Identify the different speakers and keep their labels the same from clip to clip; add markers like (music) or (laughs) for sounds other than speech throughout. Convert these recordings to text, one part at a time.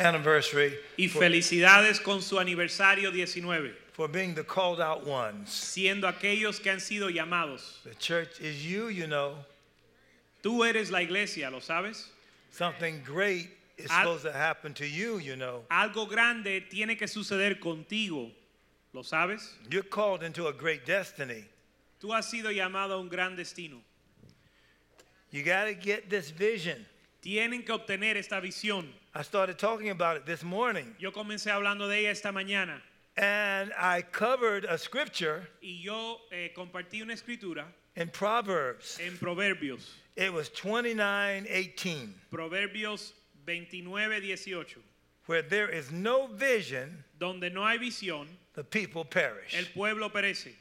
Speaker 1: anniversary
Speaker 2: y felicidades con su aniversario 19,
Speaker 1: for being the called out ones.
Speaker 2: siendo aquellos que han sido llamados.
Speaker 1: The church is you, you know.
Speaker 2: Tú eres la iglesia, ¿lo sabes?
Speaker 1: Something great is
Speaker 2: Al-
Speaker 1: supposed to happen to you, you know.
Speaker 2: Algo grande tiene que suceder contigo, ¿lo sabes?
Speaker 1: You're called into a great destiny.
Speaker 2: Tú has sido llamado a un gran destino.
Speaker 1: You got to get this vision.
Speaker 2: Tienen que obtener esta visión.
Speaker 1: I started talking about it this morning,
Speaker 2: Yo comencé hablando de ella esta mañana
Speaker 1: and I covered a scripture
Speaker 2: y yo eh, compartí una escritura
Speaker 1: in Proverbs.
Speaker 2: en Proverbios,
Speaker 1: It was 29:18,
Speaker 2: Proverbios 29, 18,
Speaker 1: where there is no vision,
Speaker 2: donde no hay visión,
Speaker 1: the people
Speaker 2: el
Speaker 1: perish.
Speaker 2: pueblo perece.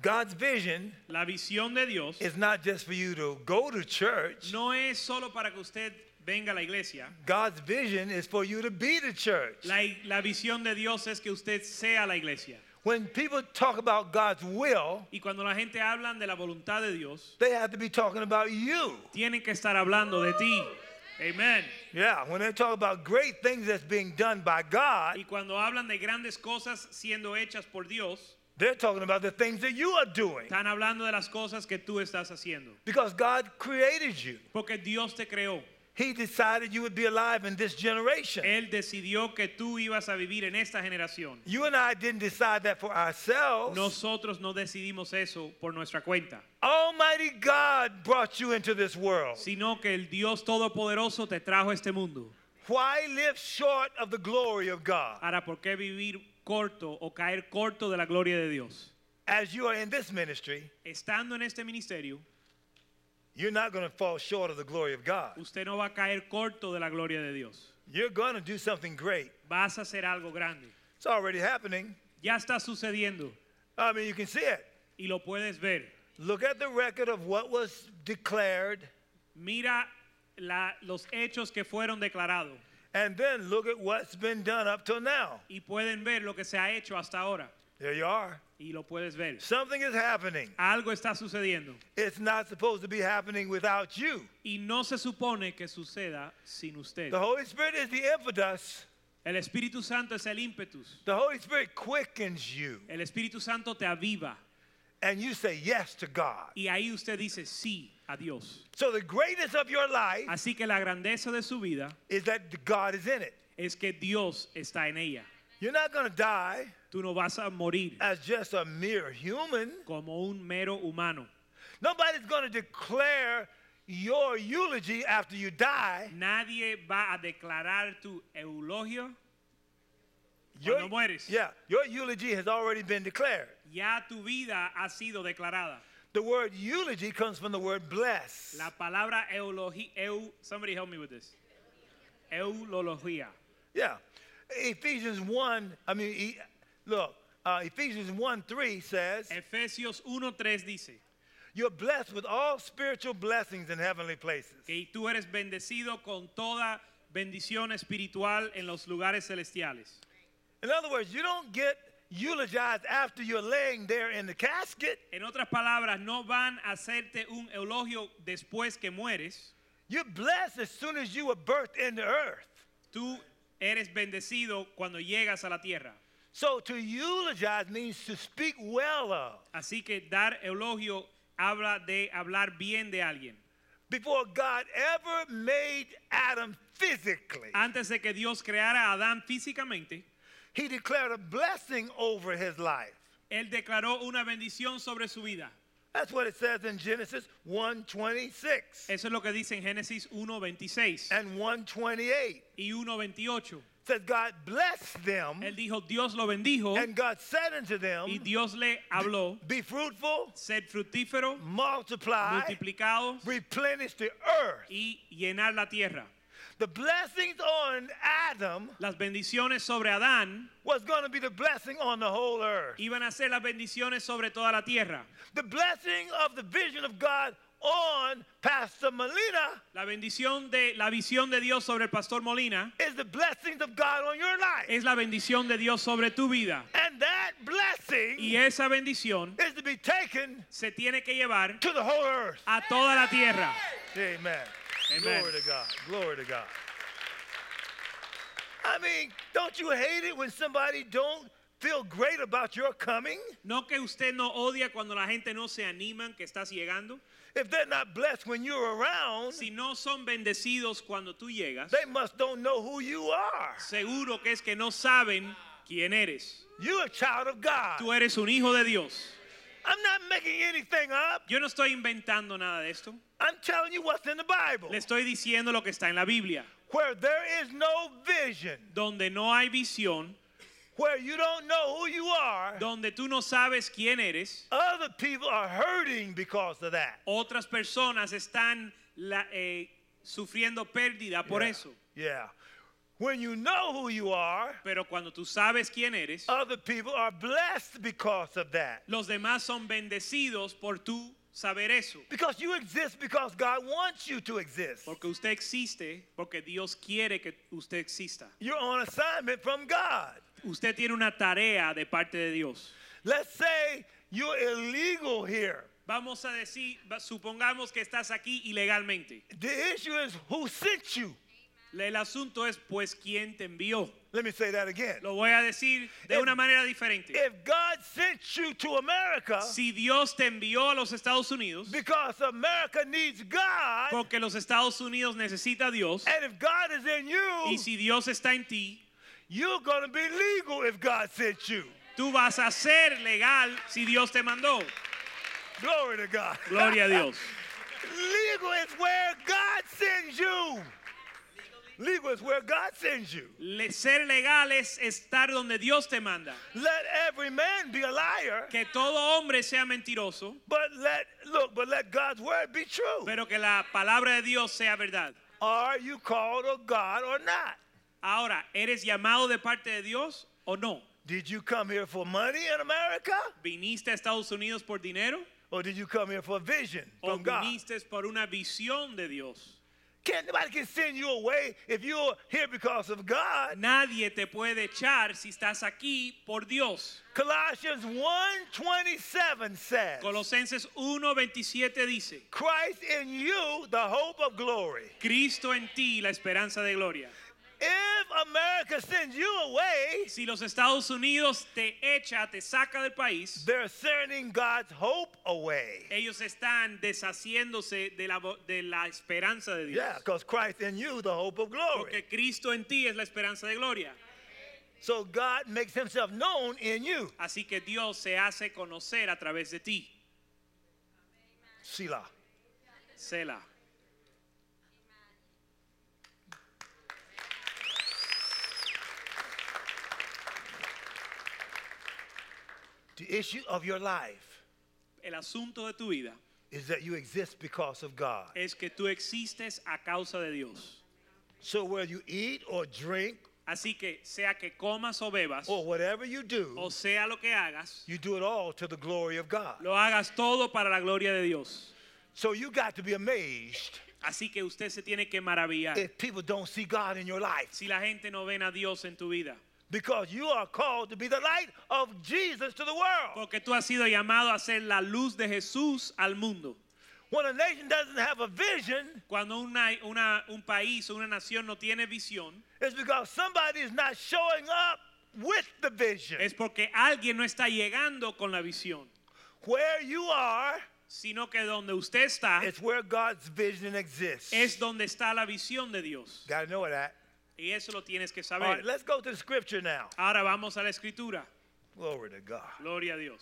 Speaker 1: God's vision
Speaker 2: La visión de Dios
Speaker 1: It's not just for you to go to church.
Speaker 2: no es solo para que usted venga a la iglesia.
Speaker 1: God's vision is for you to be the church.
Speaker 2: La, i- la visión de Dios es que usted sea la iglesia.
Speaker 1: When people talk about God's will,
Speaker 2: Y cuando la gente habla de la voluntad de Dios,
Speaker 1: they have to be talking about you.
Speaker 2: tienen que estar hablando de ti. Amén.
Speaker 1: Yeah, when they talk about great things that's being done by God,
Speaker 2: Y cuando hablan de grandes cosas siendo hechas por Dios,
Speaker 1: they're talking about the things that you are doing
Speaker 2: están hablando de las cosas que tú estás haciendo.
Speaker 1: because God created you.
Speaker 2: Porque Dios te creó.
Speaker 1: He decided you would be alive in this generation.
Speaker 2: Él decidió que tú ibas a vivir en esta generación.
Speaker 1: You and I didn't decide that for ourselves.
Speaker 2: Nosotros no decidimos eso por nuestra cuenta,
Speaker 1: Almighty God brought you into this world.
Speaker 2: sino que el Dios Todopoderoso te trajo a este mundo.
Speaker 1: Why live short of the glory of God?
Speaker 2: Ahora, ¿por qué vivir corto o caer corto de la gloria de Dios?
Speaker 1: As you are in this ministry,
Speaker 2: Estando en este ministerio,
Speaker 1: You're not going to fall short of the glory of God.
Speaker 2: usted no va a caer corto de la gloria de Dios.
Speaker 1: You're going to do something great.
Speaker 2: Vas a hacer algo grande.
Speaker 1: It's already happening.
Speaker 2: Ya está sucediendo
Speaker 1: I mean, you can see it.
Speaker 2: y lo puedes ver.
Speaker 1: Look at the record of what was declared,
Speaker 2: Mira la- los hechos que fueron declarados
Speaker 1: and then look at what's been done up till now.
Speaker 2: y pueden ver lo que se ha hecho hasta ahora
Speaker 1: There you are.
Speaker 2: y lo puedes ver.
Speaker 1: Something is happening.
Speaker 2: Algo está sucediendo
Speaker 1: It's not supposed to be happening without you.
Speaker 2: y no se supone que suceda sin usted.
Speaker 1: The Holy Spirit is the impetus.
Speaker 2: El Espíritu Santo es el ímpetus.
Speaker 1: The Holy Spirit quickens you,
Speaker 2: El Espíritu Santo te aviva.
Speaker 1: and you say yes to God.
Speaker 2: Y ahí usted dice sí a Dios.
Speaker 1: So the greatness of your life
Speaker 2: Así que la grandeza de su vida
Speaker 1: is that God is in it.
Speaker 2: es que Dios está en ella.
Speaker 1: You're not going to die
Speaker 2: Tú no vas a morir
Speaker 1: as just a mere human.
Speaker 2: como un mero humano.
Speaker 1: Nobody's going to declare your eulogy after you die.
Speaker 2: Nadie va a declarar tu eulogio.
Speaker 1: Your,
Speaker 2: Cuando mueres.
Speaker 1: Yeah, your eulogy has already been declared.
Speaker 2: Ya tu vida ha sido declarada.
Speaker 1: The word eulogy comes from the word bless.
Speaker 2: La palabra eulogi, eu, somebody help me with this. Eulología.
Speaker 1: Yeah. Ephesians 1, I mean, e- look, uh, Ephesians 1 3 says,
Speaker 2: Efesios 1:3 dice
Speaker 1: You're blessed with all spiritual blessings in heavenly places.
Speaker 2: que tú eres bendecido con toda bendición espiritual en los lugares celestiales.
Speaker 1: In other words, you don't get eulogized after you're laying there in the casket.
Speaker 2: En otras palabras, no van a hacerte un eulogio después que mueres.
Speaker 1: You're blessed as soon as you were birthed into earth.
Speaker 2: Tú eres bendecido cuando llegas a la tierra.
Speaker 1: So to eulogize means to speak well of.
Speaker 2: Así que dar eulogio habla de hablar bien de alguien.
Speaker 1: Before God ever made Adam physically,
Speaker 2: Antes de que Dios creara a Adán físicamente,
Speaker 1: he declared a blessing over his life.
Speaker 2: él declaró una bendición sobre su vida.
Speaker 1: That's what it says in Genesis 1:26
Speaker 2: Eso es lo que dice en Génesis 1:26
Speaker 1: and 1:28.
Speaker 2: y 1:28.
Speaker 1: Says God blessed them
Speaker 2: Él dijo, Dios lo bendijo
Speaker 1: and God said unto
Speaker 2: y
Speaker 1: them,
Speaker 2: Dios le habló,
Speaker 1: be fruitful,
Speaker 2: ser fructífero,
Speaker 1: multiply,
Speaker 2: multiplicados
Speaker 1: replenish the earth.
Speaker 2: y llenar la tierra.
Speaker 1: The blessings on Adam
Speaker 2: Las bendiciones sobre Adán
Speaker 1: was going to be the blessing on the whole earth.
Speaker 2: iban a ser las bendiciones sobre toda la tierra.
Speaker 1: The blessing of the vision of God on Pastor Molina
Speaker 2: La bendición de la visión de Dios sobre el pastor Molina
Speaker 1: is the blessings of God on your life.
Speaker 2: es la bendición de Dios sobre tu vida.
Speaker 1: And that
Speaker 2: Y
Speaker 1: blessing
Speaker 2: esa bendición
Speaker 1: is to be taken
Speaker 2: se tiene que llevar
Speaker 1: to the whole earth.
Speaker 2: a toda la tierra.
Speaker 1: Amen.
Speaker 2: Amen.
Speaker 1: Glory to God. Glory to God. I mean, don't you hate it when somebody don't feel great about your coming?
Speaker 2: No que usted no odia cuando la gente no se animan que estás llegando.
Speaker 1: If they're not blessed when you're around,
Speaker 2: Si no son bendecidos cuando tú llegas,
Speaker 1: they must don't know who you are.
Speaker 2: seguro que es que no saben quién eres.
Speaker 1: You're a child of God.
Speaker 2: Tú eres un hijo de Dios.
Speaker 1: I'm not making anything up.
Speaker 2: Yo no estoy inventando nada de esto.
Speaker 1: I'm telling you what's in the Bible.
Speaker 2: Le estoy diciendo lo que está en la Biblia.
Speaker 1: Where there is no vision,
Speaker 2: Donde no hay visión,
Speaker 1: where you don't know who you are,
Speaker 2: donde tú no sabes quién eres,
Speaker 1: other people are hurting because of that.
Speaker 2: otras personas están la- eh, sufriendo pérdida por
Speaker 1: yeah.
Speaker 2: eso.
Speaker 1: Yeah. When you know who you are,
Speaker 2: Pero cuando tú sabes quién eres,
Speaker 1: other people are blessed because of that.
Speaker 2: los demás son bendecidos por tú saber eso.
Speaker 1: Because you exist because God wants you to exist.
Speaker 2: Porque usted existe, porque Dios quiere que usted exista.
Speaker 1: You're on assignment from God.
Speaker 2: Usted tiene una tarea de parte de Dios.
Speaker 1: Let's say you're illegal here.
Speaker 2: Vamos a decir, va- supongamos que estás aquí ilegalmente.
Speaker 1: The issue is who sent you.
Speaker 2: El asunto es, pues, ¿quién te envió?
Speaker 1: Let me say that again.
Speaker 2: Lo voy a decir de una manera diferente.
Speaker 1: If God sent you to America
Speaker 2: Si Dios te envió a los Estados Unidos,
Speaker 1: because America needs God,
Speaker 2: porque los Estados Unidos necesita a Dios,
Speaker 1: and if God is in
Speaker 2: y
Speaker 1: you,
Speaker 2: si Dios está en ti,
Speaker 1: you're going to be legal if God sent you.
Speaker 2: tú vas a ser legal si Dios te mandó.
Speaker 1: Glory to God.
Speaker 2: Gloria a Dios.
Speaker 1: (laughs) Legal is where God sends you. Legal is where God sends you.
Speaker 2: Le- ser legal es estar donde Dios te manda.
Speaker 1: Let every man be a liar,
Speaker 2: Que todo hombre sea mentiroso,
Speaker 1: but let look, but let God's word be true.
Speaker 2: pero que la palabra de Dios sea verdad.
Speaker 1: Are you called of God or not?
Speaker 2: Ahora, ¿eres llamado de parte de Dios o no?
Speaker 1: Did you come here for money in America?
Speaker 2: ¿Viniste a Estados Unidos por dinero
Speaker 1: Or did you come here for a vision
Speaker 2: o
Speaker 1: from God?
Speaker 2: viniste por una visión de Dios?
Speaker 1: Can't nobody can send you away if you're here because of God.
Speaker 2: Nadie te puede echar si estás aquí por Dios.
Speaker 1: Colossians 1:27 says,
Speaker 2: Colosenses 1:27 dice,
Speaker 1: Christ in you, the hope of glory.
Speaker 2: Cristo en ti, la esperanza de gloria.
Speaker 1: If America sends you away,
Speaker 2: Si los Estados Unidos te echa, te saca del país,
Speaker 1: they're sending God's hope away.
Speaker 2: Ellos están deshaciéndose de la, vo- de la esperanza de Dios.
Speaker 1: Yeah, because Christ in you, the hope of glory.
Speaker 2: Porque Cristo en ti es la esperanza de gloria.
Speaker 1: So God makes himself known in you.
Speaker 2: Así que Dios se hace conocer a través de ti.
Speaker 1: Selah.
Speaker 2: Selah.
Speaker 1: The issue of your life
Speaker 2: El asunto de tu vida
Speaker 1: is that you exist because of God.
Speaker 2: es que tú existes a causa de Dios.
Speaker 1: So whether you eat or drink
Speaker 2: Así que sea que comas o bebas,
Speaker 1: or whatever you
Speaker 2: o
Speaker 1: do,
Speaker 2: sea lo que hagas,
Speaker 1: you do it all to the glory of God.
Speaker 2: lo hagas todo para la gloria de Dios.
Speaker 1: So you got to be amazed
Speaker 2: Así que usted se tiene que maravillar
Speaker 1: if people don't see God in your life
Speaker 2: si la gente no ven a Dios en tu vida.
Speaker 1: because you are called to be the light of Jesus to the world.
Speaker 2: Porque tú has sido llamado a ser la luz de Jesús al mundo.
Speaker 1: When a nation doesn't have a vision,
Speaker 2: Cuando una, una- un país o una nación no tiene visión,
Speaker 1: it's because somebody is not showing up with the vision.
Speaker 2: es porque alguien no está llegando con la visión,
Speaker 1: Where you are,
Speaker 2: sino que donde usted está
Speaker 1: it's where God's vision exists.
Speaker 2: es donde está la visión de Dios.
Speaker 1: Got to know that.
Speaker 2: Y eso lo tienes que
Speaker 1: All right,
Speaker 2: saber.
Speaker 1: let's go to the scripture now.
Speaker 2: Ahora vamos a la escritura.
Speaker 1: Glory to God.
Speaker 2: Gloria a Dios.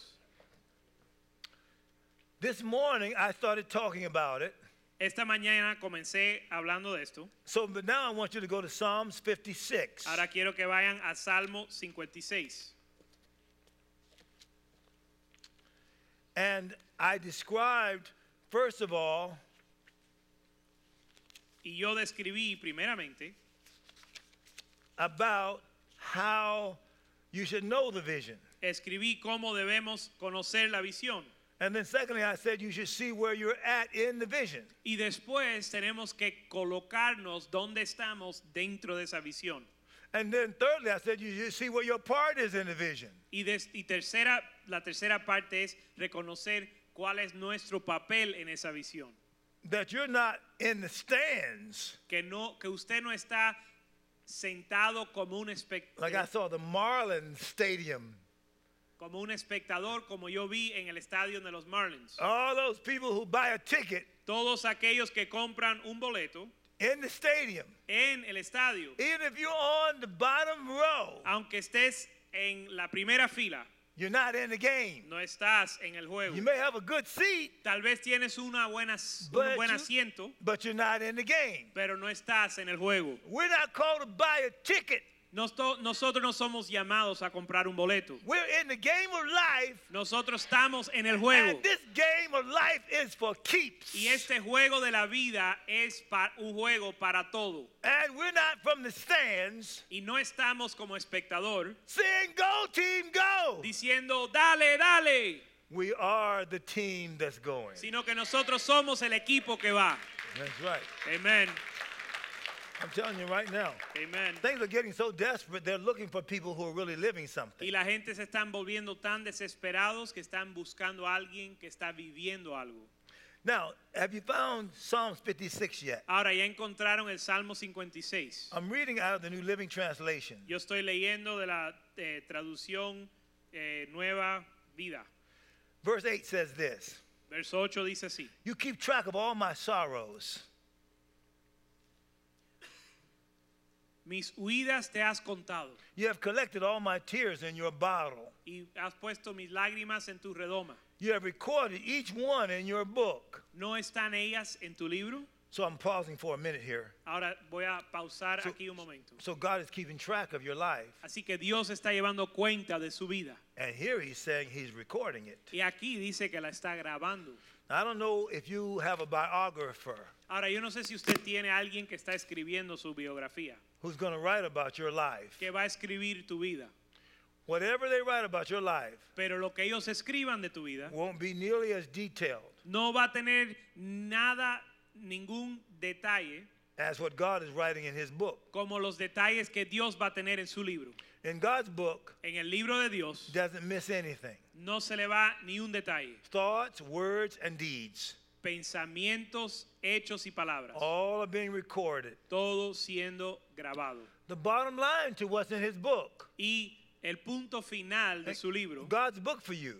Speaker 1: This morning I started talking about it.
Speaker 2: Esta mañana comencé hablando de esto.
Speaker 1: So but now I want you to go to Psalms 56.
Speaker 2: Ahora quiero que vayan a Salmo 56.
Speaker 1: And I described, first of all,
Speaker 2: y yo describí primeramente
Speaker 1: about how you should know the vision.
Speaker 2: escribí cómo debemos conocer la visión.
Speaker 1: And then, secondly, I said you should see where you're at in the vision.
Speaker 2: Y después tenemos que colocarnos donde estamos dentro de esa visión.
Speaker 1: And then, thirdly, I said you should see where your part is in the vision.
Speaker 2: Y, des- y tercera, la tercera parte es reconocer cuál es nuestro papel en esa visión.
Speaker 1: That you're not in the stands.
Speaker 2: Que, no, que usted no está sentado como un, espe-
Speaker 1: Like I saw the Marlins Stadium.
Speaker 2: como un espectador, como yo vi en el estadio de los Marlins.
Speaker 1: All those people who buy a ticket
Speaker 2: Todos aquellos que compran un boleto
Speaker 1: in the stadium,
Speaker 2: en el estadio,
Speaker 1: even if you're on the bottom row,
Speaker 2: aunque estés en la primera fila,
Speaker 1: you're not in the game.
Speaker 2: no estás en el juego.
Speaker 1: You may have a good seat,
Speaker 2: Tal vez tienes una buena, un
Speaker 1: But
Speaker 2: buen
Speaker 1: you-
Speaker 2: asiento,
Speaker 1: but you're not in the game.
Speaker 2: pero no estás en el juego.
Speaker 1: We're not called to buy a ticket.
Speaker 2: Nos to- nosotros no somos llamados a comprar un boleto.
Speaker 1: We're in the game of life,
Speaker 2: Nosotros estamos en el juego.
Speaker 1: and this game of life is for keeps.
Speaker 2: Y este juego de la vida es pa- un juego para todo.
Speaker 1: And we're not from the stands
Speaker 2: Y no estamos como espectador
Speaker 1: saying, Go, team, go.
Speaker 2: diciendo, dale, dale.
Speaker 1: We are the team that's going.
Speaker 2: Sino que nosotros somos el equipo que va.
Speaker 1: That's right.
Speaker 2: Amén.
Speaker 1: I'm telling you right now.
Speaker 2: Amén.
Speaker 1: Things are getting so desperate, they're looking for people who are really living
Speaker 2: Y
Speaker 1: something.
Speaker 2: la gente se están volviendo tan desesperados que están buscando a alguien que está viviendo algo.
Speaker 1: Now, have you found Psalms 56 yet?
Speaker 2: Ahora ya encontraron el Salmo 56.
Speaker 1: I'm reading out of the New Living Translation.
Speaker 2: Yo estoy leyendo de la eh, traducción eh, Nueva Vida.
Speaker 1: Verse 8 says this
Speaker 2: Verso 8 dice así.
Speaker 1: You keep track of all my sorrows.
Speaker 2: Mis huidas te has contado
Speaker 1: You have collected all my tears in your bottle.
Speaker 2: y has puesto mis lágrimas en tu redoma.
Speaker 1: You have recorded each one in your book.
Speaker 2: ¿No están ellas en tu libro?
Speaker 1: So I'm pausing for a minute here.
Speaker 2: Ahora voy a pausar
Speaker 1: So-
Speaker 2: aquí un momento.
Speaker 1: So God is keeping track of your life.
Speaker 2: Así que Dios está llevando cuenta de su vida.
Speaker 1: And here he's saying he's recording it.
Speaker 2: Y aquí dice que la está grabando.
Speaker 1: Now, I don't know if you have a biographer
Speaker 2: Ahora, yo no sé si usted tiene a alguien que está escribiendo su biografía,
Speaker 1: who's going to write about your life.
Speaker 2: que va a escribir tu vida.
Speaker 1: Whatever they write about your life
Speaker 2: Pero lo que ellos escriban de tu vida
Speaker 1: won't be nearly as detailed
Speaker 2: no va a tener nada, ningún detalle,
Speaker 1: as what God is writing in his book.
Speaker 2: como los detalles que Dios va a tener en su libro.
Speaker 1: In God's book,
Speaker 2: En el libro de Dios
Speaker 1: doesn't miss anything.
Speaker 2: no se le va ni un detalle.
Speaker 1: Thoughts, words, and deeds
Speaker 2: Pensamientos, hechos y palabras.
Speaker 1: all are being recorded.
Speaker 2: Todo siendo grabado.
Speaker 1: The bottom line to what's in his book.
Speaker 2: Y el punto final de su libro,
Speaker 1: God's book for you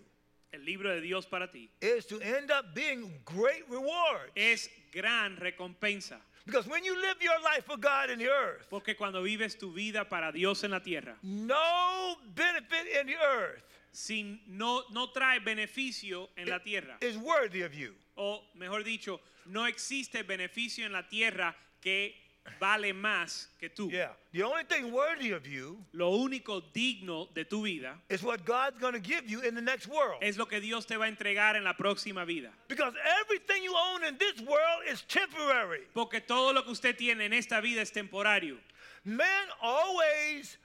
Speaker 2: el libro de Dios para ti,
Speaker 1: is to end up being great reward.
Speaker 2: es gran recompensa.
Speaker 1: Because when you live your life for God in the earth,
Speaker 2: Porque cuando vives tu vida para Dios en la tierra,
Speaker 1: no benefit in the earth
Speaker 2: sin, no, no trae beneficio en la tierra.
Speaker 1: is worthy of you.
Speaker 2: O mejor dicho, no existe beneficio en la tierra que vale más que tú.
Speaker 1: Yeah. The only thing worthy of you
Speaker 2: Lo único digno de tu vida
Speaker 1: is what God's going to give you in the next world.
Speaker 2: es lo que Dios te va a entregar en la próxima vida.
Speaker 1: Because everything you own in this world is temporary.
Speaker 2: Porque todo lo que usted tiene en esta vida es temporario.
Speaker 1: Man always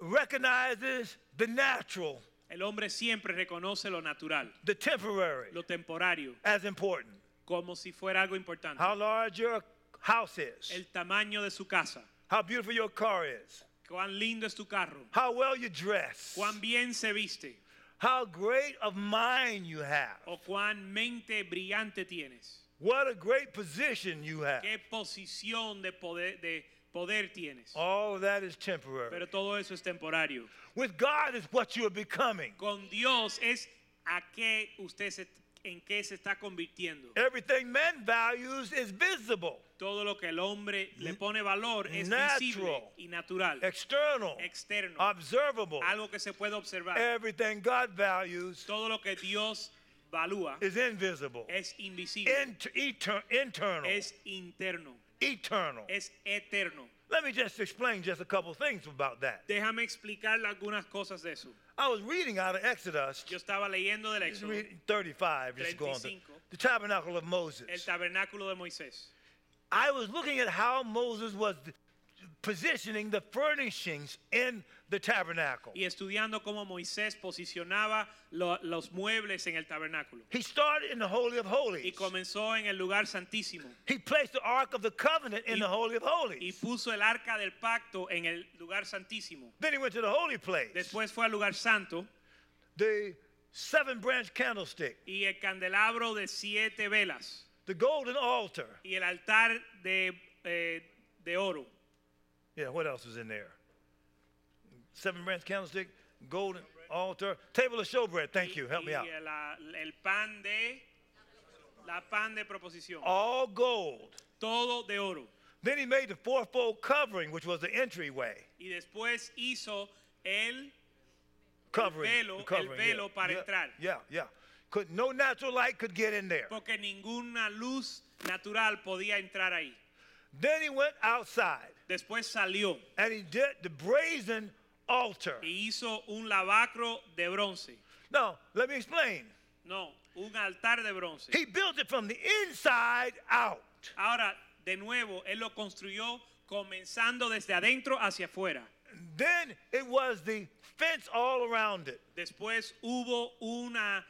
Speaker 1: recognizes the natural,
Speaker 2: El hombre siempre reconoce lo natural,
Speaker 1: the temporary,
Speaker 2: lo temporario,
Speaker 1: as important.
Speaker 2: como si fuera algo importante.
Speaker 1: How large your house is,
Speaker 2: El tamaño de su casa,
Speaker 1: how beautiful your car is,
Speaker 2: cuán lindo es tu carro,
Speaker 1: how well you dress,
Speaker 2: cuán bien se viste
Speaker 1: how great of mind you have,
Speaker 2: o cuán mente brillante tienes.
Speaker 1: what a great position you have.
Speaker 2: qué posición de poder, de poder tienes.
Speaker 1: All of that is temporary.
Speaker 2: Pero todo eso es temporario.
Speaker 1: With God is what you are becoming.
Speaker 2: Con Dios es a qué usted se, en qué se está convirtiendo.
Speaker 1: Everything man values is visible,
Speaker 2: Todo lo que el hombre le pone valor es
Speaker 1: Natural.
Speaker 2: visible y natural,
Speaker 1: external,
Speaker 2: Externo.
Speaker 1: observable.
Speaker 2: algo que se puede observar.
Speaker 1: Everything God values
Speaker 2: Todo lo que Dios valúa
Speaker 1: is invisible,
Speaker 2: es invisible,
Speaker 1: inter- eter- internal,
Speaker 2: es interno,
Speaker 1: eternal.
Speaker 2: es eterno.
Speaker 1: Let me just explain just a couple things about that.
Speaker 2: Déjame explicarle algunas cosas de eso.
Speaker 1: I was reading out of Exodus
Speaker 2: Yo estaba leyendo del
Speaker 1: just
Speaker 2: Éxodo,
Speaker 1: read 35, just going through
Speaker 2: 35.
Speaker 1: the tabernacle of
Speaker 2: el
Speaker 1: Moses.
Speaker 2: tabernáculo de Moisés.
Speaker 1: I was looking at how Moses was positioning the furnishings in the tabernacle.
Speaker 2: y estudiando cómo Moisés posicionaba lo- los muebles en el tabernáculo.
Speaker 1: He started in the Holy of
Speaker 2: Y
Speaker 1: Holies.
Speaker 2: comenzó en el lugar santísimo
Speaker 1: He placed the Ark of the Covenant in
Speaker 2: Y-
Speaker 1: the Holy of
Speaker 2: y
Speaker 1: Holies.
Speaker 2: puso el arca del pacto en el lugar santísimo.
Speaker 1: Then he went to the holy place.
Speaker 2: Después fue al lugar santo
Speaker 1: the seven branch candlestick,
Speaker 2: y el candelabro de siete velas
Speaker 1: the golden altar.
Speaker 2: y el altar de, eh, de oro.
Speaker 1: Yeah, what else was in there? Seven branch candlestick, golden altar, table of showbread. Thank you. Help
Speaker 2: y
Speaker 1: me out.
Speaker 2: la- el pan de la pan de proposición.
Speaker 1: All gold.
Speaker 2: Todo de oro.
Speaker 1: Then he made the fourfold covering, which was the entryway.
Speaker 2: Y después hizo el
Speaker 1: Covering.
Speaker 2: velo- el
Speaker 1: covering, yeah.
Speaker 2: velo para
Speaker 1: yeah,
Speaker 2: entrar.
Speaker 1: Yeah, yeah. Could, no natural light could get in there.
Speaker 2: porque ninguna luz natural podía entrar ahí.
Speaker 1: Then he went outside
Speaker 2: Después salió
Speaker 1: and he did the brazen altar.
Speaker 2: y hizo un lavacro de bronce.
Speaker 1: Now, let me explain.
Speaker 2: No, un altar de bronce.
Speaker 1: He built it from the inside out.
Speaker 2: Ahora, de nuevo, él lo construyó comenzando desde adentro hacia afuera.
Speaker 1: Then it was the fence all around it.
Speaker 2: Después hubo una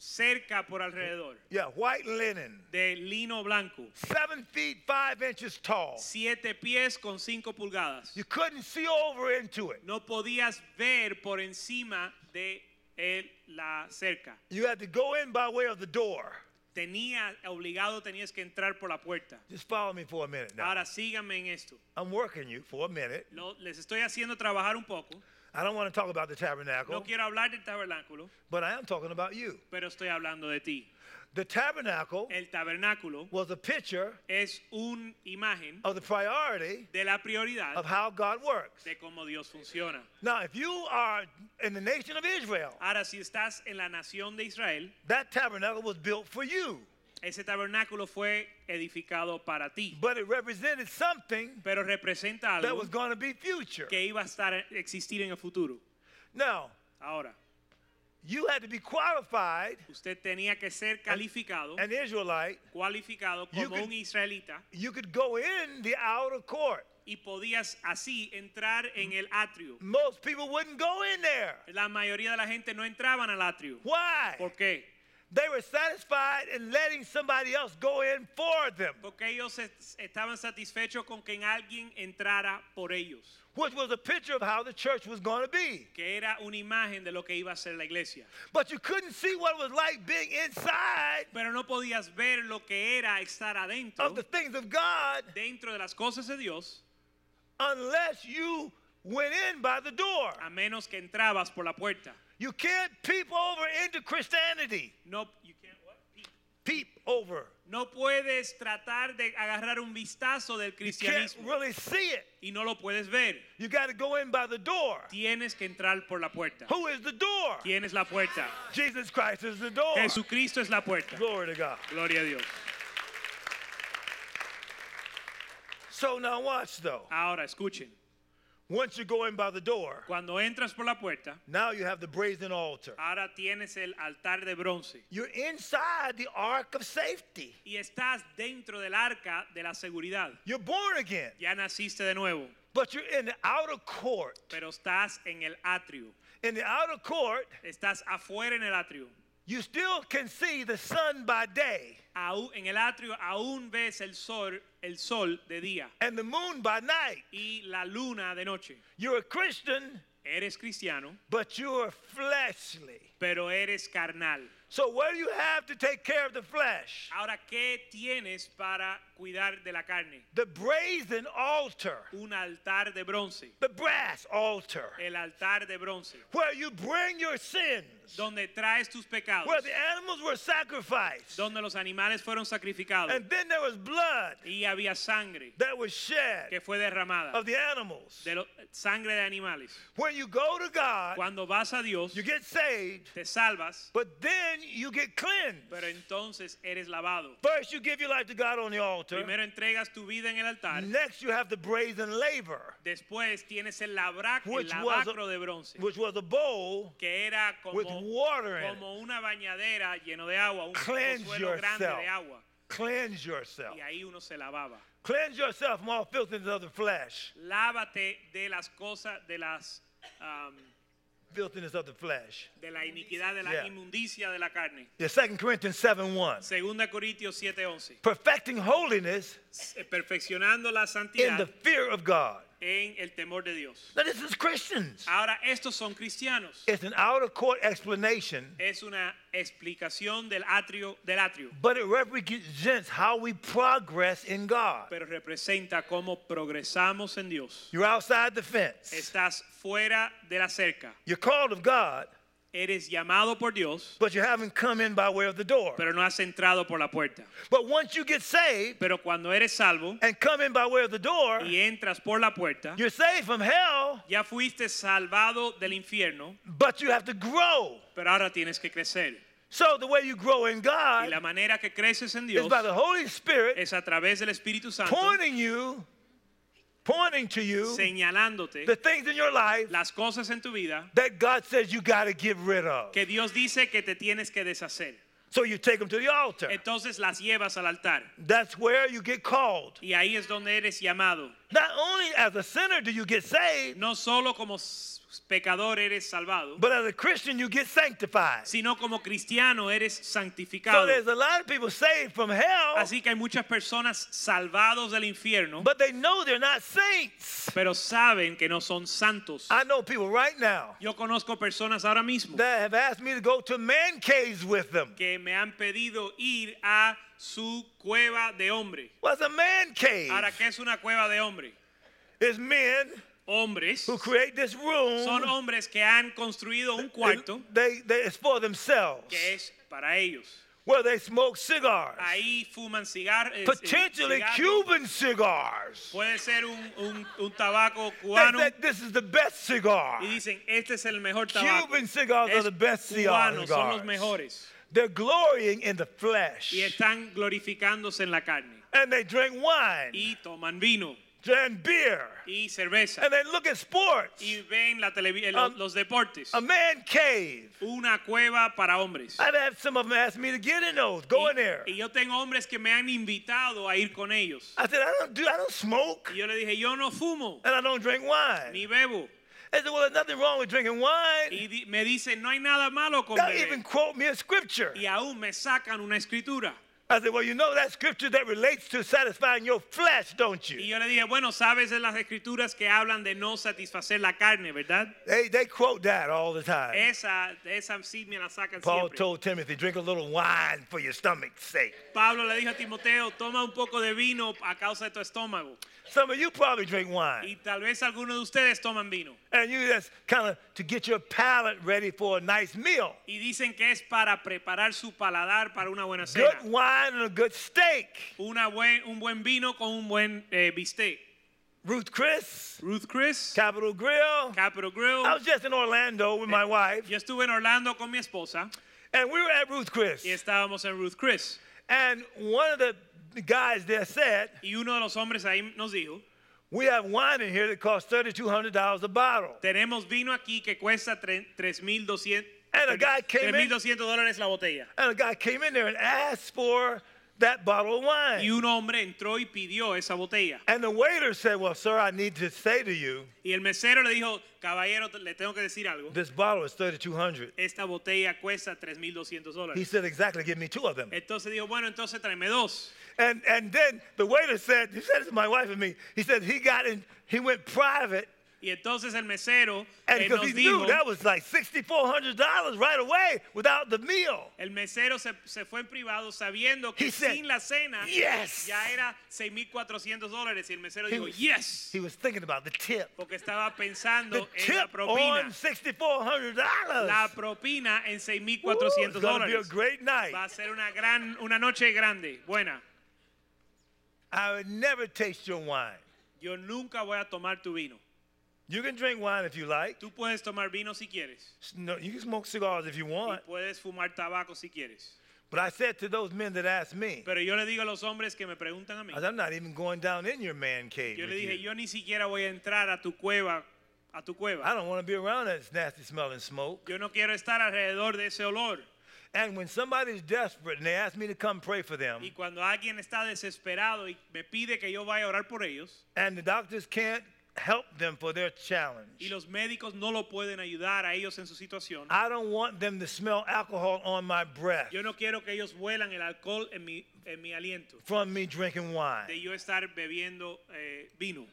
Speaker 2: cerca por alrededor
Speaker 1: Yeah, white linen.
Speaker 2: de lino blanco,
Speaker 1: Seven feet, five inches tall.
Speaker 2: siete pies con cinco pulgadas.
Speaker 1: You couldn't see over into it.
Speaker 2: No podías ver por encima de el- la cerca.
Speaker 1: You had to go in by way of the door.
Speaker 2: Tenía obligado, tenías que entrar por la puerta.
Speaker 1: Just follow me for a minute now.
Speaker 2: Ahora síganme en esto.
Speaker 1: I'm working you for a minute.
Speaker 2: Lo- les estoy haciendo trabajar un poco.
Speaker 1: I don't want to talk about the tabernacle,
Speaker 2: No quiero hablar del tabernáculo,
Speaker 1: but I am talking about you.
Speaker 2: pero estoy hablando de ti.
Speaker 1: The tabernacle
Speaker 2: El tabernáculo
Speaker 1: was a picture
Speaker 2: es una imagen
Speaker 1: of the priority
Speaker 2: de la
Speaker 1: of
Speaker 2: prioridad
Speaker 1: how God works.
Speaker 2: de cómo Dios funciona.
Speaker 1: Now, if you are in the nation of Israel,
Speaker 2: Ahora, si estás en la nación de Israel,
Speaker 1: that tabernacle was built for you,
Speaker 2: ese tabernáculo fue edificado para ti,
Speaker 1: but it represented something
Speaker 2: pero representa
Speaker 1: that
Speaker 2: algo
Speaker 1: was going to be future.
Speaker 2: que iba a estar existir en el futuro.
Speaker 1: Now,
Speaker 2: Ahora,
Speaker 1: you had to be qualified,
Speaker 2: usted tenía que ser calificado,
Speaker 1: an Israelite.
Speaker 2: cualificado
Speaker 1: You
Speaker 2: como
Speaker 1: can-
Speaker 2: un israelita
Speaker 1: You could go in the outer court.
Speaker 2: y podías así entrar en el atrio.
Speaker 1: Most people wouldn't go in there.
Speaker 2: La mayoría de la gente no entraban al atrio.
Speaker 1: Why?
Speaker 2: ¿Por qué?
Speaker 1: They were satisfied in letting somebody else go in for them,
Speaker 2: Porque ellos es- estaban satisfechos con que alguien entrara por ellos,
Speaker 1: which was a picture of how the church was going to be.
Speaker 2: que era una imagen de lo que iba a ser la iglesia.
Speaker 1: But you couldn't see what it was like being inside
Speaker 2: Pero no podías ver lo que era estar adentro,
Speaker 1: of the things of God
Speaker 2: dentro de las cosas de Dios,
Speaker 1: unless you went in by the door.
Speaker 2: a menos que entrabas por la puerta.
Speaker 1: You can't peep over into Christianity.
Speaker 2: No, you can't what? Peep.
Speaker 1: Peep over.
Speaker 2: No puedes tratar de agarrar un vistazo
Speaker 1: You
Speaker 2: del
Speaker 1: can't
Speaker 2: cristianismo
Speaker 1: really see it.
Speaker 2: y no lo puedes ver.
Speaker 1: You got to go in by the door.
Speaker 2: Tienes que entrar por la puerta.
Speaker 1: Who is the door?
Speaker 2: ¿Quién es la puerta?
Speaker 1: Jesus Christ is the door.
Speaker 2: Jesucristo es la puerta.
Speaker 1: Glory to God.
Speaker 2: Gloria a Dios.
Speaker 1: So now watch though.
Speaker 2: Ahora escuchen,
Speaker 1: Once you go in by the door,
Speaker 2: cuando entras por la puerta,
Speaker 1: now you have the brazen altar.
Speaker 2: ahora tienes el altar de bronce
Speaker 1: You're inside the ark of safety.
Speaker 2: y estás dentro del arca de la seguridad.
Speaker 1: You're born again,
Speaker 2: Ya naciste de nuevo,
Speaker 1: but you're in the outer court.
Speaker 2: pero estás en el atrio.
Speaker 1: In the outer court,
Speaker 2: Estás afuera en el atrio.
Speaker 1: you still can see the sun by day
Speaker 2: Aún- en el atrio aún ves el sol, el sol de día
Speaker 1: and the moon by night.
Speaker 2: y la luna de noche.
Speaker 1: You're a Christian,
Speaker 2: Eres cristiano,
Speaker 1: but you're fleshly.
Speaker 2: pero eres carnal.
Speaker 1: So what do you have to take care of the flesh?
Speaker 2: Ahora, ¿qué tienes para cuidar de la carne?
Speaker 1: The brazen altar,
Speaker 2: Un altar de bronce,
Speaker 1: the brass altar,
Speaker 2: el altar de bronce,
Speaker 1: where you bring your sins,
Speaker 2: donde traes tus pecados,
Speaker 1: where the animals were sacrificed,
Speaker 2: donde los animales fueron sacrificados
Speaker 1: and then there was blood
Speaker 2: y había sangre
Speaker 1: that was shed
Speaker 2: que fue derramada
Speaker 1: of the animals.
Speaker 2: de lo- sangre de animales.
Speaker 1: When you go to God,
Speaker 2: Cuando vas a Dios,
Speaker 1: you get saved,
Speaker 2: te salvas,
Speaker 1: but then you get
Speaker 2: pero
Speaker 1: cleansed.
Speaker 2: entonces eres lavado.
Speaker 1: First, you give your life to God on the altar.
Speaker 2: Primero entregas tu vida en el altar,
Speaker 1: Next, you have the brazen labor,
Speaker 2: después tienes el, labra, el
Speaker 1: Which was a-
Speaker 2: lavacro de bronce,
Speaker 1: which was a bowl
Speaker 2: que era como,
Speaker 1: with water in it.
Speaker 2: como una bañadera lleno de agua, un
Speaker 1: Cleanse
Speaker 2: pozuelo grande
Speaker 1: yourself.
Speaker 2: de agua.
Speaker 1: Cleanse yourself.
Speaker 2: Y ahí uno se lavaba.
Speaker 1: Cleanse yourself from all filthiness of the flesh.
Speaker 2: Lávate de las cosas, de las, am,
Speaker 1: Filthiness of the flesh.
Speaker 2: de la iniquidad, de la
Speaker 1: Yeah.
Speaker 2: inmundicia de la carne.
Speaker 1: Yeah, 2 Corinthians 7 1.
Speaker 2: Segunda Corintios 7:11.
Speaker 1: Perfecting holiness
Speaker 2: Eh, Perfeccionando la
Speaker 1: in the
Speaker 2: santidad
Speaker 1: fear of God.
Speaker 2: en el temor de Dios.
Speaker 1: Now, this is Christians.
Speaker 2: Ahora, estos son cristianos.
Speaker 1: It's an out of court explanation,
Speaker 2: Es una explicación del atrio, del atrio,
Speaker 1: but it represents how we progress in God.
Speaker 2: pero representa cómo progresamos en Dios.
Speaker 1: You're outside the fence.
Speaker 2: Estás fuera de la cerca.
Speaker 1: You're called of God,
Speaker 2: Eres llamado por Dios,
Speaker 1: but you haven't come in by way of the door.
Speaker 2: pero no has entrado por la puerta.
Speaker 1: But once you get saved
Speaker 2: Pero cuando eres salvo
Speaker 1: and come in by way of the door,
Speaker 2: y entras por la puerta,
Speaker 1: you're saved from hell,
Speaker 2: ya fuiste salvado del infierno,
Speaker 1: but you have to grow.
Speaker 2: pero ahora tienes que crecer.
Speaker 1: So the way you grow in
Speaker 2: Y la
Speaker 1: God
Speaker 2: manera que creces en
Speaker 1: is
Speaker 2: Dios
Speaker 1: by the Holy Spirit
Speaker 2: es a través del Espíritu Santo
Speaker 1: pointing you, pointing to you
Speaker 2: señalándote
Speaker 1: the things in your life
Speaker 2: las cosas en tu vida
Speaker 1: that God says you got to get rid of.
Speaker 2: que Dios dice que te tienes que deshacer.
Speaker 1: So you take them to the altar.
Speaker 2: Entonces las llevas al altar
Speaker 1: That's where you get called.
Speaker 2: y ahí es donde eres llamado.
Speaker 1: Not only as a sinner do you get saved,
Speaker 2: No solo como s- pecador eres salvado,
Speaker 1: but as a Christian you get sanctified.
Speaker 2: sino como cristiano eres
Speaker 1: So
Speaker 2: santificado.
Speaker 1: there's a lot of people saved from hell,
Speaker 2: Así que hay muchas personas salvados del infierno,
Speaker 1: but they know they're not saints.
Speaker 2: pero saben que no son santos.
Speaker 1: I know people right now
Speaker 2: Yo conozco personas ahora mismo
Speaker 1: that have asked me to go to man caves with them.
Speaker 2: que me han pedido ir a su cueva de hombre.
Speaker 1: What's a man cave?
Speaker 2: Ahora, ¿qué es una cueva de hombre?
Speaker 1: It's men
Speaker 2: Hombres
Speaker 1: who create this room.
Speaker 2: son hombres que han construido un
Speaker 1: and
Speaker 2: cuarto
Speaker 1: They, they, it's for themselves,
Speaker 2: que es para ellos.
Speaker 1: where they smoke cigars,
Speaker 2: Ahí eh, fuman cigarros.
Speaker 1: potentially Cuban cigars.
Speaker 2: Puede ser un, un- un tabaco
Speaker 1: They
Speaker 2: cubano.
Speaker 1: said this is the best cigar.
Speaker 2: Y dicen, este es el mejor tabaco.
Speaker 1: Cuban cigars are
Speaker 2: Es
Speaker 1: the best
Speaker 2: cubano, son los
Speaker 1: cigars.
Speaker 2: mejores.
Speaker 1: They're glorying in the flesh.
Speaker 2: Y están glorificándose en la carne.
Speaker 1: And they drink wine
Speaker 2: Y toman vino
Speaker 1: and beer.
Speaker 2: y cerveza.
Speaker 1: And they look at sports.
Speaker 2: Y ven la televi- eh, lo-
Speaker 1: Um,
Speaker 2: los deportes.
Speaker 1: A man cave.
Speaker 2: Una cueva para hombres.
Speaker 1: I've had some of them ask me to get in those. Go in there.
Speaker 2: Y, y yo tengo hombres que me han invitado a ir con ellos.
Speaker 1: I said, I don't do I don't smoke
Speaker 2: Y yo le dije, yo no fumo
Speaker 1: and I don't drink
Speaker 2: ni
Speaker 1: wine.
Speaker 2: bebo.
Speaker 1: They said, Well, there's nothing wrong with drinking wine.
Speaker 2: Y di- me dicen, no hay nada malo con
Speaker 1: They'll
Speaker 2: beber.
Speaker 1: even quote me a scripture.
Speaker 2: Y aún me sacan una escritura.
Speaker 1: I said, Well, you know that scripture that relates to satisfying your flesh, don't
Speaker 2: Y
Speaker 1: you?
Speaker 2: yo le dije, bueno, sabes de las escrituras que hablan de no satisfacer la carne, ¿verdad?
Speaker 1: They they quote that all the time.
Speaker 2: Esa, esa sí me la sacan
Speaker 1: Paul
Speaker 2: siempre.
Speaker 1: told Timothy, drink a little wine for your stomach's sake.
Speaker 2: Pablo le dijo a Timoteo, toma un poco de vino a causa de tu estómago.
Speaker 1: Some of you probably drink wine,
Speaker 2: Y tal vez algunos de ustedes toman vino.
Speaker 1: and you just kind of to get your palate ready for a nice meal.
Speaker 2: Y dicen que es para preparar su paladar para una buena cena.
Speaker 1: Good wine and a good steak.
Speaker 2: Una buen, un buen vino con un buen eh, bistec.
Speaker 1: Ruth Chris,
Speaker 2: Ruth Chris,
Speaker 1: Capital Grill.
Speaker 2: Capital Grill.
Speaker 1: I was just in Orlando with my wife,
Speaker 2: Yo estuve en Orlando con mi esposa
Speaker 1: and we were at Ruth Chris.
Speaker 2: y estábamos en Ruth Chris.
Speaker 1: And one of the guys there said,
Speaker 2: Y uno de los hombres ahí nos dijo,
Speaker 1: "We have wine in here that costs thirty-two hundred dollars a bottle."
Speaker 2: tenemos vino aquí que cuesta tre- 3.200
Speaker 1: And a guy came in-
Speaker 2: 3.200 dólares la botella.
Speaker 1: And a guy came in there and asked for that bottle of wine.
Speaker 2: Y un hombre entró y pidió esa botella.
Speaker 1: And the waiter said, Well, sir, I need to say to you,
Speaker 2: Y el mesero le dijo, caballero, te- le tengo que decir algo.
Speaker 1: this bottle is 3200
Speaker 2: Esta botella cuesta 3.200
Speaker 1: He
Speaker 2: dólares.
Speaker 1: said, Exactly, give me two of them.
Speaker 2: Entonces dijo, bueno, entonces tráeme dos.
Speaker 1: And, and then the waiter said, He said, It's my wife and me. He said, He got in, he went private.
Speaker 2: Y entonces el mesero
Speaker 1: And
Speaker 2: eh,
Speaker 1: because
Speaker 2: nos
Speaker 1: he
Speaker 2: dijo,
Speaker 1: knew that was like $6,400 right away without the meal.
Speaker 2: el mesero se, se fue en privado sabiendo que
Speaker 1: He said,
Speaker 2: sin la cena
Speaker 1: "Yes."
Speaker 2: ya era 6.400 dólares. Y el mesero
Speaker 1: He
Speaker 2: dijo,
Speaker 1: was-
Speaker 2: yes,
Speaker 1: He was thinking about the tip.
Speaker 2: porque estaba
Speaker 1: The
Speaker 2: pensando en la
Speaker 1: tip on
Speaker 2: propina.
Speaker 1: $6,400.
Speaker 2: La propina en
Speaker 1: Woo,
Speaker 2: 6.400
Speaker 1: It's going to be a
Speaker 2: dólares.
Speaker 1: great night.
Speaker 2: Va a ser una, gran, una noche grande, buena.
Speaker 1: I would never taste your wine.
Speaker 2: Yo nunca voy a tomar tu vino.
Speaker 1: You can drink wine if you like.
Speaker 2: Tú puedes tomar vino si quieres.
Speaker 1: No, you can smoke cigars if you want.
Speaker 2: Y puedes fumar tabaco si quieres.
Speaker 1: But I said to those men that asked me,
Speaker 2: Pero yo le digo a los hombres que me preguntan a mí.
Speaker 1: I said, I'm not even going down in your man cave.
Speaker 2: Yo le
Speaker 1: with
Speaker 2: dije,
Speaker 1: you.
Speaker 2: yo ni siquiera voy a entrar a tu cueva, a tu
Speaker 1: I
Speaker 2: cueva.
Speaker 1: don't want to be around that nasty smelling smoke.
Speaker 2: Yo no quiero estar alrededor de ese olor.
Speaker 1: And when somebody's desperate and they ask me to come pray for them,
Speaker 2: Y cuando alguien está desesperado y me pide que yo vaya a orar por ellos,
Speaker 1: and the doctors can't help them for their
Speaker 2: y
Speaker 1: challenge,
Speaker 2: los médicos no lo pueden ayudar a ellos en su situación,
Speaker 1: I don't want them to smell alcohol on my breath
Speaker 2: yo no quiero que ellos vuelan el alcohol en mi, en mi aliento,
Speaker 1: from me drinking
Speaker 2: de
Speaker 1: wine.
Speaker 2: yo estar bebiendo eh, vino.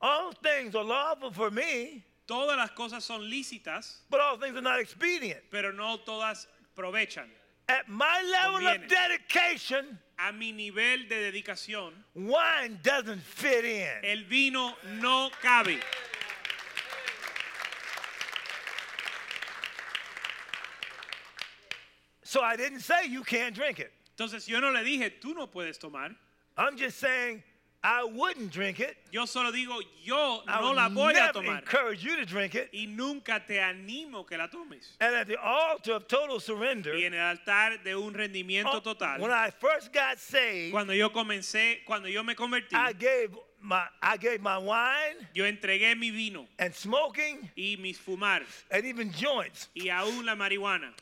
Speaker 1: All things are lawful for me,
Speaker 2: Todas las cosas son lícitas,
Speaker 1: but all things are not expedient.
Speaker 2: pero no todas provechan.
Speaker 1: At my level
Speaker 2: Conviene.
Speaker 1: of dedication,
Speaker 2: A mi nivel de dedicación,
Speaker 1: wine doesn't fit in.
Speaker 2: el vino no cabe.
Speaker 1: So I didn't say you can't drink it.
Speaker 2: Entonces yo no le dije, tú no puedes tomar.
Speaker 1: I'm just saying I wouldn't drink it.
Speaker 2: Yo solo digo, yo
Speaker 1: I
Speaker 2: no
Speaker 1: would
Speaker 2: la voy a
Speaker 1: never
Speaker 2: tomar.
Speaker 1: encourage you to drink it.
Speaker 2: Y nunca te animo que la tomes.
Speaker 1: And at the altar of total surrender,
Speaker 2: Y en el altar de un
Speaker 1: oh,
Speaker 2: rendimiento total,
Speaker 1: when I first got saved,
Speaker 2: cuando yo comencé, cuando yo me convertí,
Speaker 1: I gave my I gave my wine
Speaker 2: yo entregué mi vino
Speaker 1: and smoking
Speaker 2: y mis fumar
Speaker 1: and even joints.
Speaker 2: y aún la marihuana.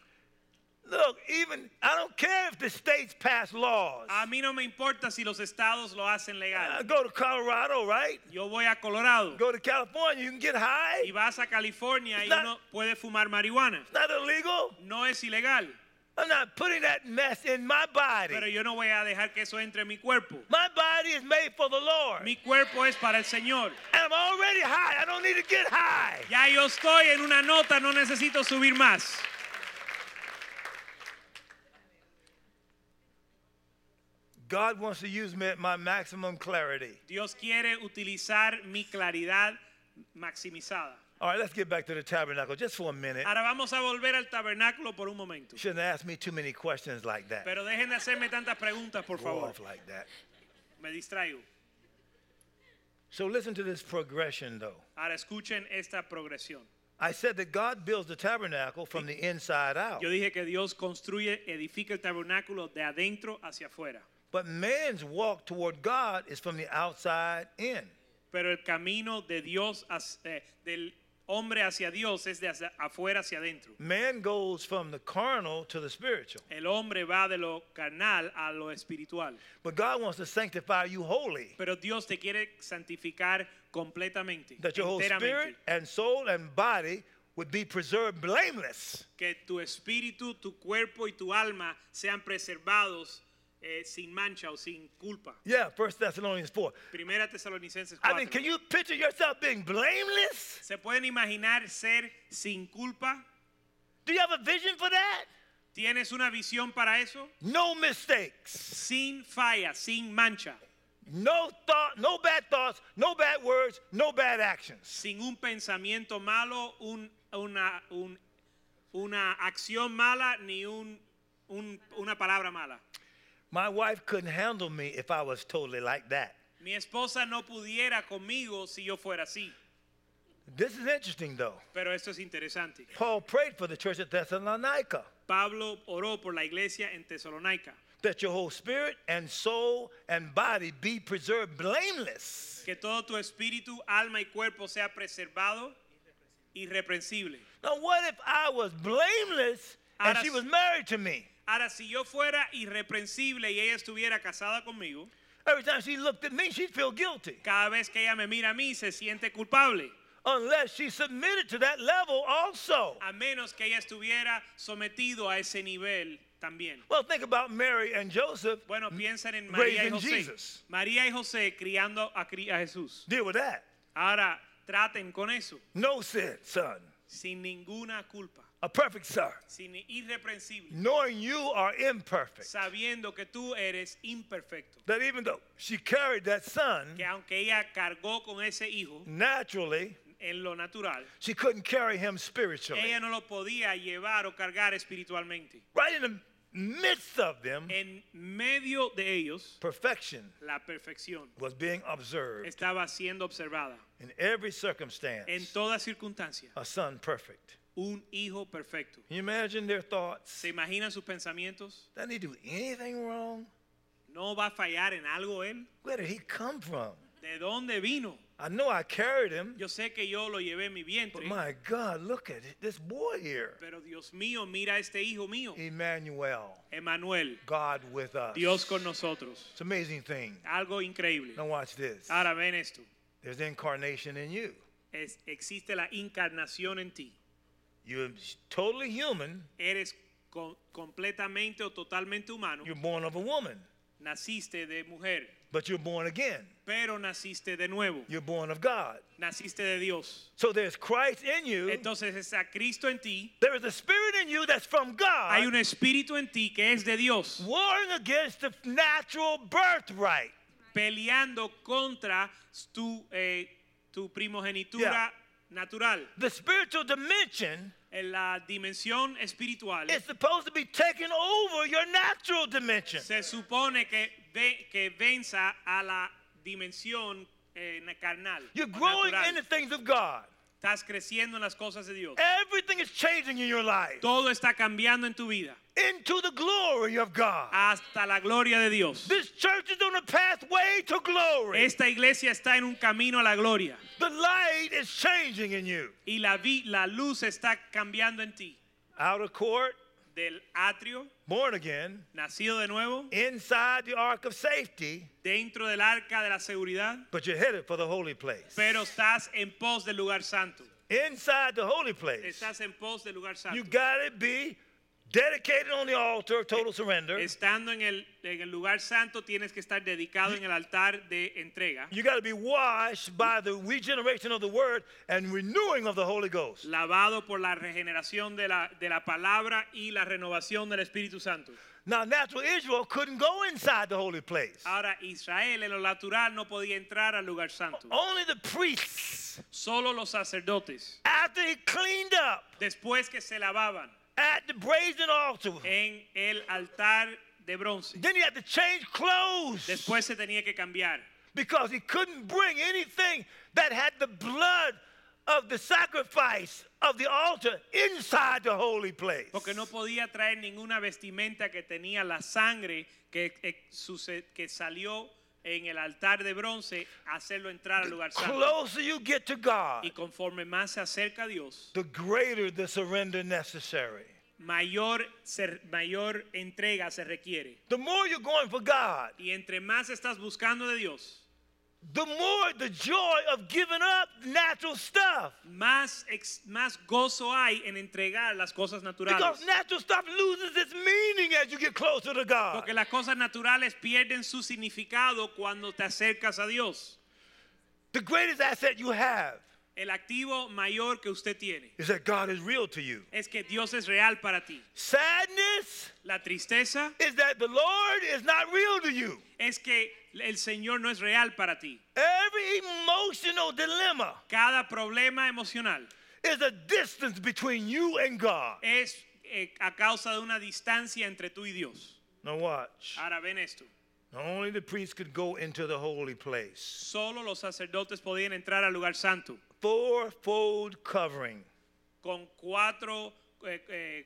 Speaker 1: Look, even I don't care if the states pass laws.
Speaker 2: A mí no me importa si los estados lo hacen
Speaker 1: I
Speaker 2: legal.
Speaker 1: go to Colorado, right?
Speaker 2: Yo voy a Colorado
Speaker 1: Go to California, you can get high.
Speaker 2: y vas a California y
Speaker 1: Not-
Speaker 2: uno puede fumar marihuana.
Speaker 1: It's not illegal.
Speaker 2: No es ilegal,
Speaker 1: I'm not putting that mess in my
Speaker 2: pero
Speaker 1: body.
Speaker 2: yo no voy a dejar que eso entre en mi cuerpo.
Speaker 1: My body is made for the Lord.
Speaker 2: Mi cuerpo es para el Señor.
Speaker 1: And I'm already high. I don't need to get high.
Speaker 2: Ya yo estoy en una nota, no necesito subir más.
Speaker 1: God wants to use me at my maximum clarity.
Speaker 2: Dios quiere utilizar mi claridad maximizada.
Speaker 1: All right, let's get back to the tabernacle just for a minute.
Speaker 2: Ahora vamos a volver al tabernáculo por un momento.
Speaker 1: Shouldn't ask me too many questions like that.
Speaker 2: Pero dejen de hacerme tantas preguntas, por
Speaker 1: Go
Speaker 2: favor.
Speaker 1: off like that.
Speaker 2: Me distraigo.
Speaker 1: So listen to this progression, though.
Speaker 2: Ahora escuchen esta progresión.
Speaker 1: I said that God builds the tabernacle from the inside out,
Speaker 2: Yo dije que Dios construye, edifica el tabernáculo de adentro hacia afuera.
Speaker 1: but man's walk toward God is from the outside in.
Speaker 2: Pero el camino de Dios, hacia- eh, del hombre hacia Dios es de hacia- afuera hacia adentro.
Speaker 1: Man goes from the carnal to the spiritual,
Speaker 2: El hombre va de lo carnal a lo espiritual.
Speaker 1: but God wants to sanctify you holy,
Speaker 2: Pero Dios te quiere santificar completamente,
Speaker 1: that your whole spirit
Speaker 2: enteramente.
Speaker 1: and soul and body would be preserved blameless.
Speaker 2: Que tu espíritu, tu cuerpo y tu alma sean preservados eh, sin mancha o sin culpa.
Speaker 1: Yeah, First Thessalonians 4.
Speaker 2: Primera Tesalonicenses 4.
Speaker 1: I mean, can you picture yourself being blameless?
Speaker 2: ¿Se pueden imaginar ser sin culpa?
Speaker 1: Do you have a vision for that?
Speaker 2: ¿Tienes una visión para eso?
Speaker 1: No mistakes.
Speaker 2: Sin falla, sin mancha,
Speaker 1: No thought, no bad thoughts, no bad words, no bad actions.
Speaker 2: sin un pensamiento malo, un- una, un- una acción mala, ni un- un- una palabra mala.
Speaker 1: My wife couldn't handle me if I was totally like that.
Speaker 2: Mi esposa no pudiera conmigo si yo fuera así.
Speaker 1: This is interesting though.
Speaker 2: Pero esto es interesante.
Speaker 1: Paul prayed for the church at Thessalonica
Speaker 2: Pablo oró por la iglesia en Tesalónica.
Speaker 1: that your whole spirit and soul and body be preserved blameless.
Speaker 2: Que todo tu espíritu, alma y cuerpo sea preservado irreprensible.
Speaker 1: Now, what if I was blameless and
Speaker 2: Ahora
Speaker 1: she
Speaker 2: s-
Speaker 1: was married to me?
Speaker 2: Ahora, si yo fuera irreprensible y ella estuviera casada conmigo,
Speaker 1: Every time she looked at me, she'd feel guilty.
Speaker 2: cada vez que ella me mira a mí se siente culpable,
Speaker 1: Unless she submitted to that level also.
Speaker 2: a menos que ella estuviera sometido a ese nivel también.
Speaker 1: Well, think about Mary and Joseph.
Speaker 2: Bueno, piensen en María y
Speaker 1: Raising
Speaker 2: José.
Speaker 1: Jesus.
Speaker 2: María y José criando a, cri- a Jesús.
Speaker 1: Deal with that.
Speaker 2: Ahora, traten con eso,
Speaker 1: No sin, son.
Speaker 2: sin ninguna culpa,
Speaker 1: A perfect son.
Speaker 2: sin irreprensible,
Speaker 1: Knowing you are imperfect.
Speaker 2: sabiendo que tú eres imperfecto,
Speaker 1: That even though she carried that son,
Speaker 2: que aunque ella cargó con ese hijo
Speaker 1: naturally,
Speaker 2: en lo natural,
Speaker 1: she couldn't carry him spiritually.
Speaker 2: ella no lo podía llevar o cargar espiritualmente.
Speaker 1: Right in the midst of them,
Speaker 2: En medio de ellos,
Speaker 1: perfection
Speaker 2: la perfección
Speaker 1: was being observed
Speaker 2: estaba siendo observada.
Speaker 1: in every
Speaker 2: En
Speaker 1: circumstance.
Speaker 2: toda circunstancia,
Speaker 1: A son perfect.
Speaker 2: un hijo perfecto.
Speaker 1: Can you imagine their thoughts?
Speaker 2: ¿Se imaginan sus pensamientos?
Speaker 1: Doesn't he do anything wrong?
Speaker 2: ¿No va a fallar en algo él?
Speaker 1: Where did he come from?
Speaker 2: ¿De dónde vino?
Speaker 1: I know I carried him,
Speaker 2: Yo sé que yo lo llevé en mi
Speaker 1: but
Speaker 2: vientre,
Speaker 1: my God, look at this boy here.
Speaker 2: pero Dios mío, mira a este hijo mío,
Speaker 1: Emmanuel,
Speaker 2: Emanuel,
Speaker 1: God with us.
Speaker 2: Dios con nosotros.
Speaker 1: It's an amazing thing.
Speaker 2: Algo increíble.
Speaker 1: Now watch this.
Speaker 2: Ahora ven esto.
Speaker 1: There's incarnation in you.
Speaker 2: Es- existe la incarnación en ti.
Speaker 1: You're totally human.
Speaker 2: Eres co- completamente o totalmente humano.
Speaker 1: You're born of a woman,
Speaker 2: Naciste de mujer,
Speaker 1: but you're born again.
Speaker 2: pero naciste de nuevo.
Speaker 1: You're born of God.
Speaker 2: Naciste de Dios.
Speaker 1: So there's Christ in you.
Speaker 2: Entonces está Cristo en ti.
Speaker 1: There is a spirit in you that's from God.
Speaker 2: Hay un espíritu en ti que es de Dios,
Speaker 1: warring against the natural birthright.
Speaker 2: peleando contra tu, eh, tu primogenitura natural.
Speaker 1: The spiritual dimension
Speaker 2: En la dimensión espiritual
Speaker 1: is supposed to be taking over your natural dimension.
Speaker 2: se supone que, ve- que venza a la dimensión eh, na- carnal.
Speaker 1: You're
Speaker 2: o
Speaker 1: growing
Speaker 2: natural.
Speaker 1: in Eh. the things of God.
Speaker 2: Estás creciendo en las cosas de Dios.
Speaker 1: Everything is changing in your life
Speaker 2: Todo está cambiando en tu vida
Speaker 1: into the glory of God.
Speaker 2: hasta la gloria de Dios.
Speaker 1: This church is on a pathway to glory.
Speaker 2: Esta iglesia está en un camino a la gloria
Speaker 1: The light is changing in you.
Speaker 2: y la, vi- la luz está cambiando en ti.
Speaker 1: Outer court,
Speaker 2: Del atrio,
Speaker 1: born again,
Speaker 2: nacido de nuevo,
Speaker 1: inside the ark of safety,
Speaker 2: dentro del arca de la seguridad,
Speaker 1: but you're headed for the holy place.
Speaker 2: pero estás en pos del lugar santo.
Speaker 1: Inside the holy place,
Speaker 2: Estás en pos del lugar
Speaker 1: You
Speaker 2: santo.
Speaker 1: gotta be dedicated on the altar, total surrender.
Speaker 2: Estando en el, en el lugar santo tienes que estar dedicado en el altar de entrega.
Speaker 1: You gotta be washed by the regeneration of the word and renewing of the Holy Ghost.
Speaker 2: lavado por la regeneración de la, de la palabra y la renovación del Espíritu Santo.
Speaker 1: Now, natural Israel couldn't go inside the holy place.
Speaker 2: Ahora Israel en lo natural no podía entrar al lugar santo.
Speaker 1: Only the priests,
Speaker 2: Solo los sacerdotes,
Speaker 1: after he cleaned up
Speaker 2: después que se lavaban
Speaker 1: at the brazen altar,
Speaker 2: en el altar de bronce,
Speaker 1: then he had to change clothes
Speaker 2: después se tenía que cambiar,
Speaker 1: because he couldn't bring anything that had the blood of the sacrifice of the altar inside the holy place.
Speaker 2: porque no podía traer ninguna vestimenta que tenía la sangre que, eh, suce- que salió en el altar de bronce, hacerlo entrar al lugar santo.
Speaker 1: closer you get to God,
Speaker 2: Y conforme más se acerca a Dios,
Speaker 1: the greater the surrender necessary.
Speaker 2: mayor, se- mayor entrega se requiere.
Speaker 1: The more you're going for God,
Speaker 2: Y entre más estás buscando de Dios,
Speaker 1: the more the joy of giving up natural stuff.
Speaker 2: más, ex- más gozo hay en entregar las cosas
Speaker 1: Because
Speaker 2: naturales.
Speaker 1: natural stuff loses its meaning as you get closer to God.
Speaker 2: Porque las cosas naturales pierden su significado cuando te acercas a Dios.
Speaker 1: The greatest asset you have
Speaker 2: El activo mayor que usted tiene
Speaker 1: is that God is real to you.
Speaker 2: es que Dios es real para ti.
Speaker 1: Sadness
Speaker 2: La tristeza
Speaker 1: is that the Lord is not real to you.
Speaker 2: es que el Señor no es real para ti.
Speaker 1: Every emotional dilemma
Speaker 2: Cada problema emocional
Speaker 1: is a distance between you and God.
Speaker 2: es eh, a causa de una distancia entre tú y Dios.
Speaker 1: Now, watch.
Speaker 2: Ahora ven esto.
Speaker 1: Only the priests could go into the holy place.
Speaker 2: Solo los sacerdotes podían entrar al lugar santo
Speaker 1: Fourfold covering.
Speaker 2: con cuatro eh, eh,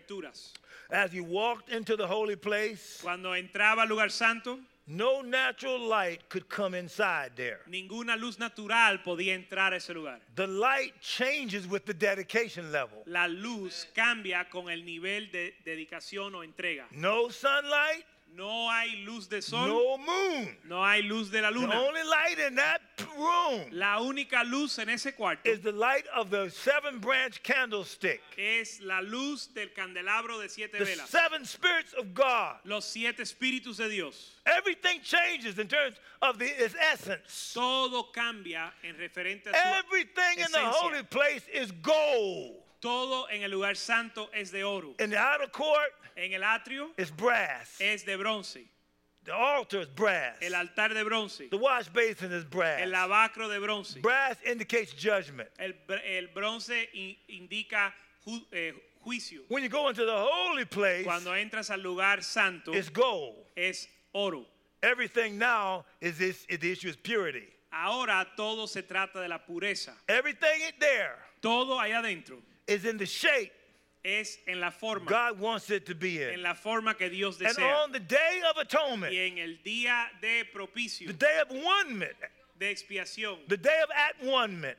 Speaker 2: coberturas.
Speaker 1: As you walked into the holy place,
Speaker 2: Cuando entraba al lugar santo,
Speaker 1: no natural light could come inside there.
Speaker 2: ninguna luz natural podía entrar a ese lugar.
Speaker 1: The light changes with the dedication level.
Speaker 2: La luz cambia con el nivel de dedicación o entrega.
Speaker 1: No sunlight,
Speaker 2: No hay luz de sol,
Speaker 1: no
Speaker 2: no,
Speaker 1: moon.
Speaker 2: hay luz de la
Speaker 1: The
Speaker 2: luna.
Speaker 1: only light in that p- room
Speaker 2: La única luz en ese cuarto
Speaker 1: is the light of the seven branch candlestick,
Speaker 2: es la luz del candelabro de siete
Speaker 1: the
Speaker 2: velas.
Speaker 1: seven spirits of God.
Speaker 2: Los siete espíritus de Dios.
Speaker 1: Everything changes in terms of the, its essence.
Speaker 2: Todo cambia en referente a su
Speaker 1: Everything in the
Speaker 2: Esencia.
Speaker 1: holy place is gold.
Speaker 2: Todo en el lugar santo es de oro.
Speaker 1: In the outer court,
Speaker 2: En el atrio
Speaker 1: it's brass.
Speaker 2: es de bronce.
Speaker 1: The altar is brass.
Speaker 2: El altar de bronce.
Speaker 1: The wash basin is brass.
Speaker 2: El lavacro de bronce.
Speaker 1: Brass indicates judgment.
Speaker 2: El, br- el bronce in- indica ju- eh, juicio.
Speaker 1: When you go into the holy place,
Speaker 2: Cuando entras al lugar santo
Speaker 1: it's gold.
Speaker 2: es oro.
Speaker 1: Everything now is this, the issue is purity.
Speaker 2: Ahora todo se trata de la pureza.
Speaker 1: Everything in there
Speaker 2: Todo allá adentro
Speaker 1: is in the shape
Speaker 2: es en la forma,
Speaker 1: God wants it to be
Speaker 2: en
Speaker 1: in.
Speaker 2: la forma que Dios
Speaker 1: And
Speaker 2: desea.
Speaker 1: on the day of atonement,
Speaker 2: Y en el día de
Speaker 1: the
Speaker 2: propicio,
Speaker 1: day of one minute,
Speaker 2: de expiación,
Speaker 1: the day of at-one-ment,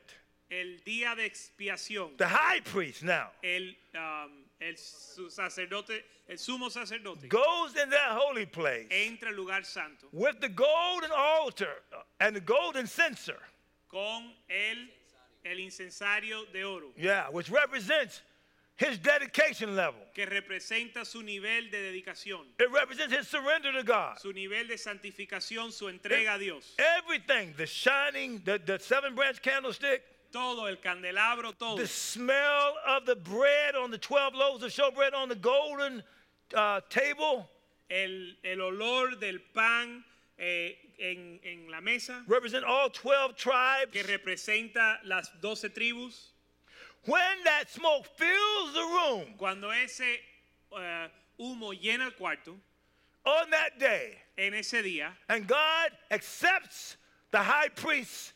Speaker 2: el día de expiación,
Speaker 1: the high priest now
Speaker 2: el, um, el su- sacerdote, el sumo sacerdote,
Speaker 1: goes in that holy place
Speaker 2: entra al lugar santo
Speaker 1: with the golden altar uh, and the golden censer,
Speaker 2: con el, el incensario de oro,
Speaker 1: yeah, which represents his dedication level.
Speaker 2: que representa su nivel de dedicación,
Speaker 1: It represents his surrender to God.
Speaker 2: su nivel de santificación, su entrega a
Speaker 1: Eh,
Speaker 2: Dios.
Speaker 1: Everything, the shining, the, the seven branch candlestick,
Speaker 2: Todo el candelabro, todo.
Speaker 1: the smell of the bread on the 12 loaves of showbread on the golden uh, table
Speaker 2: el, el olor del pan eh, en, en la mesa
Speaker 1: represent all 12 tribes.
Speaker 2: que representa las doce tribus.
Speaker 1: When that smoke fills the room
Speaker 2: Cuando ese eh, humo llena el cuarto,
Speaker 1: on that day,
Speaker 2: en ese día,
Speaker 1: and God accepts the high priest,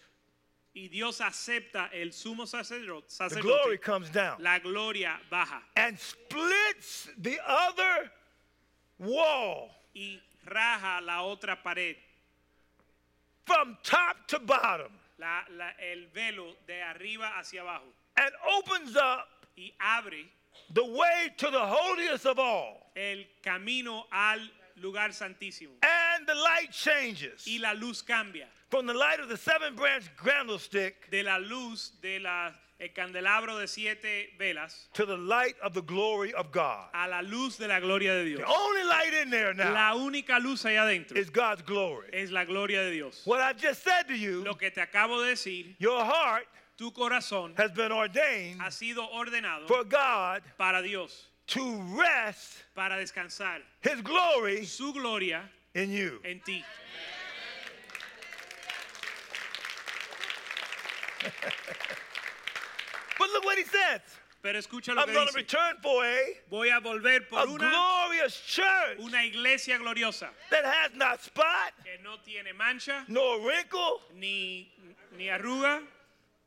Speaker 2: y Dios acepta el sumo sacerdo-
Speaker 1: the glory
Speaker 2: sacerdote,
Speaker 1: comes down
Speaker 2: la gloria baja
Speaker 1: and splits the other wall
Speaker 2: y raja la otra pared,
Speaker 1: from top to bottom
Speaker 2: la- la- el velo de arriba hacia abajo,
Speaker 1: and opens up
Speaker 2: y abre
Speaker 1: the way to the holiest of all.
Speaker 2: el camino al lugar santísimo.
Speaker 1: And the light changes
Speaker 2: Y la luz cambia.
Speaker 1: from the light of the seven branch candlestick
Speaker 2: de la luz del candelabro de siete velas
Speaker 1: to the light of the glory of God.
Speaker 2: a la luz de la gloria de
Speaker 1: The
Speaker 2: Dios.
Speaker 1: only light in there now
Speaker 2: La única luz allá adentro
Speaker 1: is God's glory.
Speaker 2: es la gloria de Dios.
Speaker 1: What I've just said to you,
Speaker 2: Lo que te acabo de decir,
Speaker 1: your heart
Speaker 2: tu corazón
Speaker 1: has been ordained
Speaker 2: ha sido ordenado
Speaker 1: for God
Speaker 2: para Dios,
Speaker 1: to rest
Speaker 2: para descansar
Speaker 1: his glory
Speaker 2: su gloria
Speaker 1: in you.
Speaker 2: en ti.
Speaker 1: But look what he says.
Speaker 2: Pero escucha lo
Speaker 1: I'm
Speaker 2: que
Speaker 1: going to
Speaker 2: dice.
Speaker 1: return for a,
Speaker 2: Voy a volver por
Speaker 1: a
Speaker 2: una,
Speaker 1: glorious church
Speaker 2: una iglesia gloriosa
Speaker 1: that has not spot,
Speaker 2: que no tiene mancha,
Speaker 1: nor wrinkle,
Speaker 2: ni, ni arruga,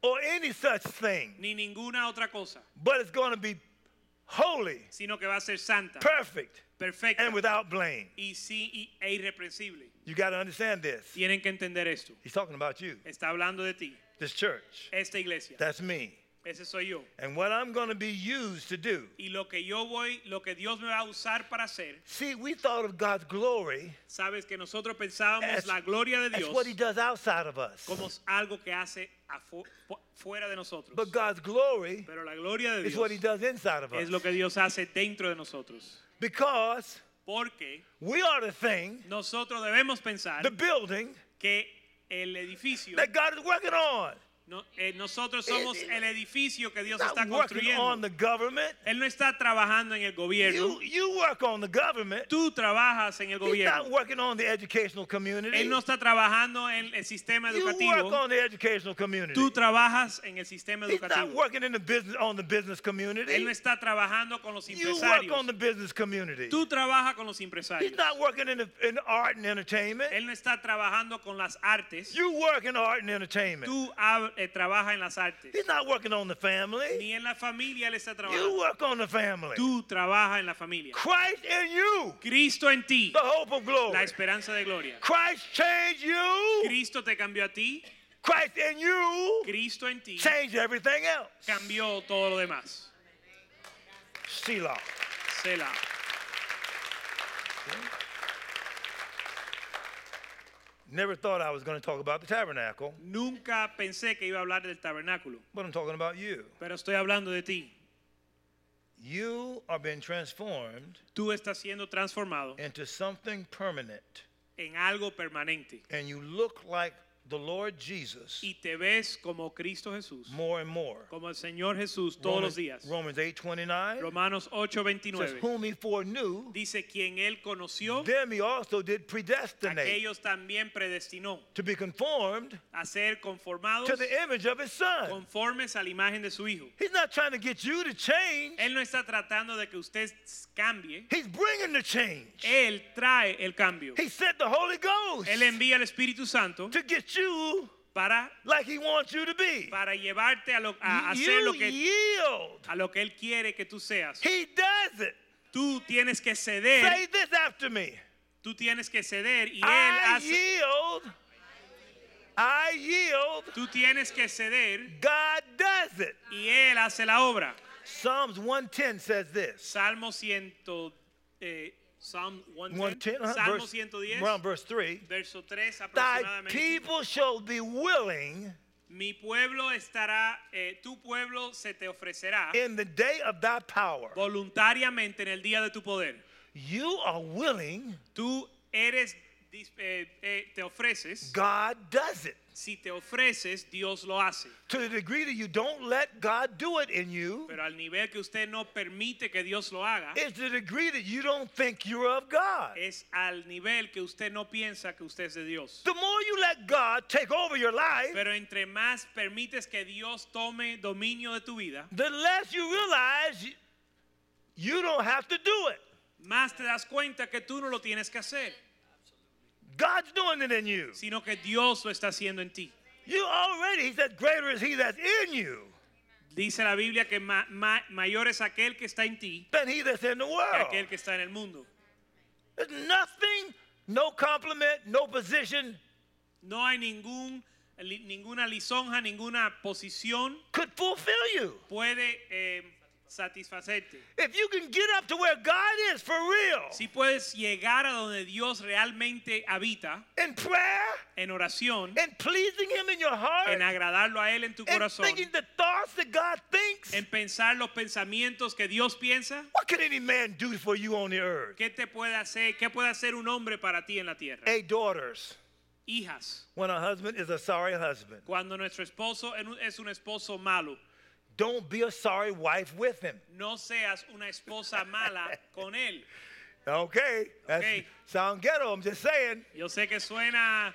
Speaker 1: or any such thing.
Speaker 2: ni ninguna otra cosa,
Speaker 1: But it's going to be holy,
Speaker 2: sino que va a ser santa,
Speaker 1: perfect,
Speaker 2: perfecta.
Speaker 1: and without blame.
Speaker 2: y sí y- e irreprensible.
Speaker 1: You got to understand this.
Speaker 2: Tienen que entender esto.
Speaker 1: He's talking about you,
Speaker 2: Está hablando de ti,
Speaker 1: this church.
Speaker 2: esta iglesia.
Speaker 1: That's me.
Speaker 2: Ese soy yo.
Speaker 1: And what I'm going to be used to do.
Speaker 2: Y lo que yo voy, lo que Dios me va a usar para hacer,
Speaker 1: See, we thought of God's glory
Speaker 2: sabes que nosotros pensábamos
Speaker 1: as,
Speaker 2: la gloria de
Speaker 1: as what He
Speaker 2: Dios
Speaker 1: does outside of us.
Speaker 2: como algo que hace afu- fu- fuera de nosotros.
Speaker 1: But God's glory
Speaker 2: Pero la gloria de
Speaker 1: is what He
Speaker 2: Dios
Speaker 1: does inside of us.
Speaker 2: es lo que Dios hace dentro de nosotros.
Speaker 1: Because
Speaker 2: Porque
Speaker 1: we are the thing,
Speaker 2: nosotros debemos pensar
Speaker 1: the building
Speaker 2: que el edificio,
Speaker 1: that God is working on.
Speaker 2: no- eh, nosotros somos el edificio que Dios
Speaker 1: He's
Speaker 2: está
Speaker 1: not working on
Speaker 2: construyendo.
Speaker 1: the government.
Speaker 2: Él no está trabajando en el gobierno.
Speaker 1: You, you work on the government.
Speaker 2: Tú trabajas en el
Speaker 1: He's not
Speaker 2: gobierno.
Speaker 1: working on the educational community.
Speaker 2: Él no está trabajando en el sistema
Speaker 1: you work
Speaker 2: educativo.
Speaker 1: on the educational community.
Speaker 2: Tú trabajas en el sistema
Speaker 1: He's not
Speaker 2: educativo.
Speaker 1: working in the business on the business community.
Speaker 2: Él no está trabajando con los
Speaker 1: you work
Speaker 2: empresarios.
Speaker 1: on the business community.
Speaker 2: Tú trabajas con los
Speaker 1: He's
Speaker 2: empresarios.
Speaker 1: not working in, the, in art and entertainment.
Speaker 2: Él no está trabajando con las artes.
Speaker 1: You work in art and entertainment.
Speaker 2: Tú hab- eh, trabajas en las artes.
Speaker 1: He's not working on the family.
Speaker 2: Ni en la familia él está
Speaker 1: You
Speaker 2: trabajando.
Speaker 1: work on the family.
Speaker 2: Tú trabajas en la familia.
Speaker 1: Christ in you,
Speaker 2: Cristo en ti,
Speaker 1: the hope of
Speaker 2: la
Speaker 1: glory.
Speaker 2: esperanza de gloria.
Speaker 1: Christ changed you.
Speaker 2: Cristo te cambió a ti.
Speaker 1: Christ in you
Speaker 2: Cristo en ti
Speaker 1: changed everything else.
Speaker 2: cambió todo lo demás.
Speaker 1: Selah.
Speaker 2: Selah.
Speaker 1: Never thought I was going to talk about the tabernacle,
Speaker 2: Nunca pensé que iba a hablar del tabernáculo,
Speaker 1: but I'm talking about you.
Speaker 2: pero estoy hablando de ti.
Speaker 1: You are being transformed
Speaker 2: Tú estás siendo transformado
Speaker 1: into something permanent,
Speaker 2: en algo permanente
Speaker 1: and you look like the Lord Jesus
Speaker 2: y te ves como Cristo Jesús,
Speaker 1: more and more.
Speaker 2: como el Señor Jesús todos los días.
Speaker 1: Romans 8:29
Speaker 2: Romanos
Speaker 1: says,
Speaker 2: 8:29
Speaker 1: "Whom he foreknew,
Speaker 2: dice quien él conoció,
Speaker 1: them he also did predestinate
Speaker 2: aquellos también predestinó
Speaker 1: to be conformed
Speaker 2: a ser conformados
Speaker 1: to the image of his son."
Speaker 2: conformes a la imagen de su hijo.
Speaker 1: He's not trying to get you to change.
Speaker 2: Él no está tratando de que usted cambie,
Speaker 1: He's bringing the change.
Speaker 2: él trae el cambio.
Speaker 1: He sent the Holy Ghost
Speaker 2: Él envía al Espíritu Santo
Speaker 1: to get you
Speaker 2: para
Speaker 1: like he wants you to be.
Speaker 2: para llevarte a, lo- a hacer
Speaker 1: You
Speaker 2: lo que
Speaker 1: yield.
Speaker 2: a lo que él quiere que tú seas.
Speaker 1: He does it.
Speaker 2: Tú tienes que
Speaker 1: Say
Speaker 2: ceder,
Speaker 1: this after me.
Speaker 2: tú tienes que ceder y él
Speaker 1: I
Speaker 2: hace
Speaker 1: yield I yield.
Speaker 2: Tú tienes que ceder
Speaker 1: God does it.
Speaker 2: y Él hace la obra.
Speaker 1: Psalms 110 says this.
Speaker 2: Salmo 100, eh, Psalm
Speaker 1: 110,
Speaker 2: 110,
Speaker 1: uh-huh,
Speaker 2: Salmo
Speaker 1: verse,
Speaker 2: 110,
Speaker 1: around verse 3.
Speaker 2: verso 3
Speaker 1: Thy
Speaker 2: aproximadamente.
Speaker 1: people shall be willing
Speaker 2: Mi pueblo estará, eh, tu pueblo se te ofrecerá
Speaker 1: in the day of thy power.
Speaker 2: voluntariamente en el día de tu poder.
Speaker 1: You are willing,
Speaker 2: Tú eres, dis- eh, eh, te ofreces.
Speaker 1: God does it.
Speaker 2: Si te ofreces, Dios lo hace.
Speaker 1: To the degree that you don't let God do it in you,
Speaker 2: Pero al nivel que usted no permite que Dios lo haga,
Speaker 1: is the degree that you don't think you're of God.
Speaker 2: es al nivel que usted no piensa que usted es de Dios.
Speaker 1: The more you let God take over your life,
Speaker 2: Pero entre más permites que Dios tome dominio de tu vida,
Speaker 1: the less you realize you- you don't have to do it.
Speaker 2: más te das cuenta que tú no lo tienes que hacer,
Speaker 1: God's doing it in you.
Speaker 2: sino que Dios lo está haciendo en ti.
Speaker 1: You already, he said, greater is he that's in you
Speaker 2: Dice la Biblia que ma- ma- mayor es aquel que está en ti
Speaker 1: than he that's in the
Speaker 2: que aquel
Speaker 1: world.
Speaker 2: que está en el mundo.
Speaker 1: There's nothing, no compliment, no position
Speaker 2: No hay ningún, li- ninguna lisonja, ninguna posición
Speaker 1: could fulfill you.
Speaker 2: puede eh, satisfacerte.
Speaker 1: If you can get up to where God is for real
Speaker 2: Si puedes llegar a donde Dios realmente habita,
Speaker 1: in prayer
Speaker 2: en oración,
Speaker 1: and pleasing him in your heart
Speaker 2: en agradarlo a Él en tu
Speaker 1: and
Speaker 2: corazón,
Speaker 1: thinking the thoughts that God thinks,
Speaker 2: en pensar los pensamientos que Dios piensa,
Speaker 1: what can any man do for you on the earth?
Speaker 2: ¿qué te puede hacer? ¿Qué puede hacer un hombre para ti en la tierra?
Speaker 1: Hey, daughters,
Speaker 2: Hijas,
Speaker 1: when a husband is a sorry husband,
Speaker 2: cuando nuestro esposo en un- es un esposo malo,
Speaker 1: don't be a sorry wife with him.
Speaker 2: no seas una esposa mala con él.
Speaker 1: Okay, that's
Speaker 2: Okay.
Speaker 1: sound ghetto. I'm just saying.
Speaker 2: Yo sé que suena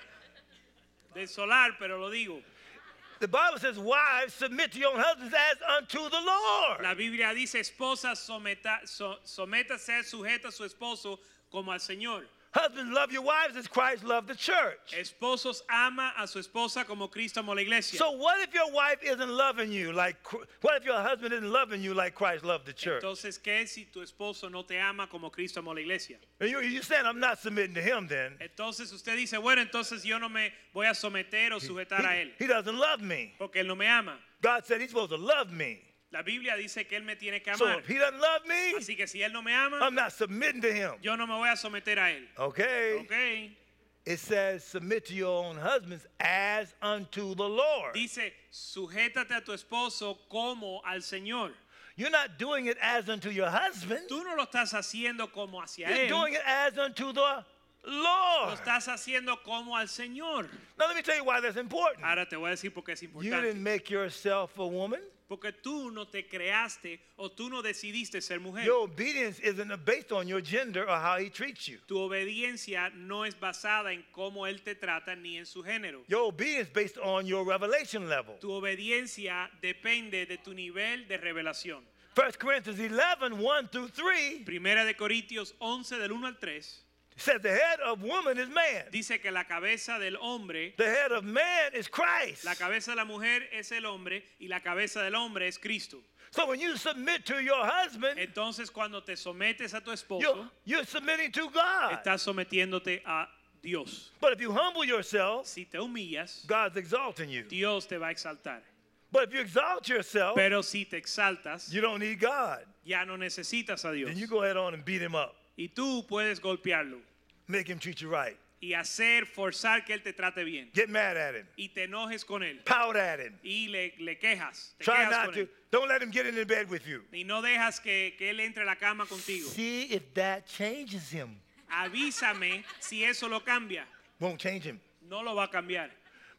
Speaker 2: desolar, pero lo digo.
Speaker 1: The Bible says, "Wives, submit to your own husbands as unto the Lord."
Speaker 2: La Biblia dice, esposas, someta, so- sométase, sujeta a su esposo como al Señor.
Speaker 1: Husbands, love your wives as Christ loved the church.
Speaker 2: Esposos ama a su esposa como Cristo amó la iglesia.
Speaker 1: So, what if your wife isn't loving you like? Cr- What if your husband isn't loving you like Christ loved the church?
Speaker 2: Entonces, ¿qué si tu esposo no te ama como Cristo amó la iglesia?
Speaker 1: And you, you're saying I'm not submitting to him then?
Speaker 2: Entonces usted dice, bueno, entonces yo no me voy a someter o sujetar a
Speaker 1: He,
Speaker 2: él,
Speaker 1: he doesn't love me.
Speaker 2: porque él no me ama.
Speaker 1: God said he's supposed to love me.
Speaker 2: La Biblia dice que él me tiene que
Speaker 1: So
Speaker 2: amar.
Speaker 1: if he doesn't love me,
Speaker 2: Así que si él no me ama,
Speaker 1: I'm not submitting to him.
Speaker 2: yo no me voy a someter a él.
Speaker 1: Okay.
Speaker 2: ¿Ok?
Speaker 1: It says, submit to your own husbands as unto the Lord.
Speaker 2: Dice, sujétate a tu esposo como al Señor.
Speaker 1: You're not doing it as unto your husband.
Speaker 2: Tú no lo estás haciendo como hacia
Speaker 1: You're
Speaker 2: él,
Speaker 1: doing it as unto the
Speaker 2: lo
Speaker 1: Lord.
Speaker 2: estás haciendo como al Señor.
Speaker 1: Now let me tell you why that's important.
Speaker 2: Ahora te voy a decir por qué es
Speaker 1: You
Speaker 2: importante.
Speaker 1: didn't make yourself a woman.
Speaker 2: Porque tú no te creaste o tú no decidiste ser mujer.
Speaker 1: Your obedience isn't based on your gender or how he treats you.
Speaker 2: tu obediencia no es basada en cómo él te trata ni en su género.
Speaker 1: Your obedience based on your revelation level.
Speaker 2: tu obediencia depende de tu nivel de revelación.
Speaker 1: 1 Corinthians 11, 1 through 3
Speaker 2: Primera de Corintios 11 del 1 al 3
Speaker 1: says the head of woman is man.
Speaker 2: dice que la cabeza del hombre,
Speaker 1: The head of man is Christ.
Speaker 2: la cabeza de la mujer es el hombre y la cabeza del hombre es Cristo.
Speaker 1: So when you submit to your husband,
Speaker 2: Entonces cuando te sometes a tu
Speaker 1: you're,
Speaker 2: esposo,
Speaker 1: you're submitting to God.
Speaker 2: estás sometiéndote a Dios.
Speaker 1: But if you humble yourself,
Speaker 2: Si te humillas,
Speaker 1: God's exalting you.
Speaker 2: Dios te va a exaltar.
Speaker 1: But if you exalt yourself,
Speaker 2: Pero si te exaltas,
Speaker 1: you don't need God.
Speaker 2: ya no necesitas a Dios.
Speaker 1: Then you go ahead on and beat him up.
Speaker 2: Y tú puedes golpearlo
Speaker 1: Make him treat you right.
Speaker 2: y hacer, forzar que Él te trate bien.
Speaker 1: Get mad at him.
Speaker 2: Y te enojes con Él.
Speaker 1: Pout at him.
Speaker 2: Y le, le quejas. Te
Speaker 1: Try
Speaker 2: quejas
Speaker 1: not
Speaker 2: con
Speaker 1: to.
Speaker 2: él.
Speaker 1: Don't let him get into bed with you.
Speaker 2: Y no dejas que, que Él entre a la cama contigo.
Speaker 1: See if that changes him.
Speaker 2: Avísame si eso lo cambia.
Speaker 1: Won't change him.
Speaker 2: No lo va a cambiar.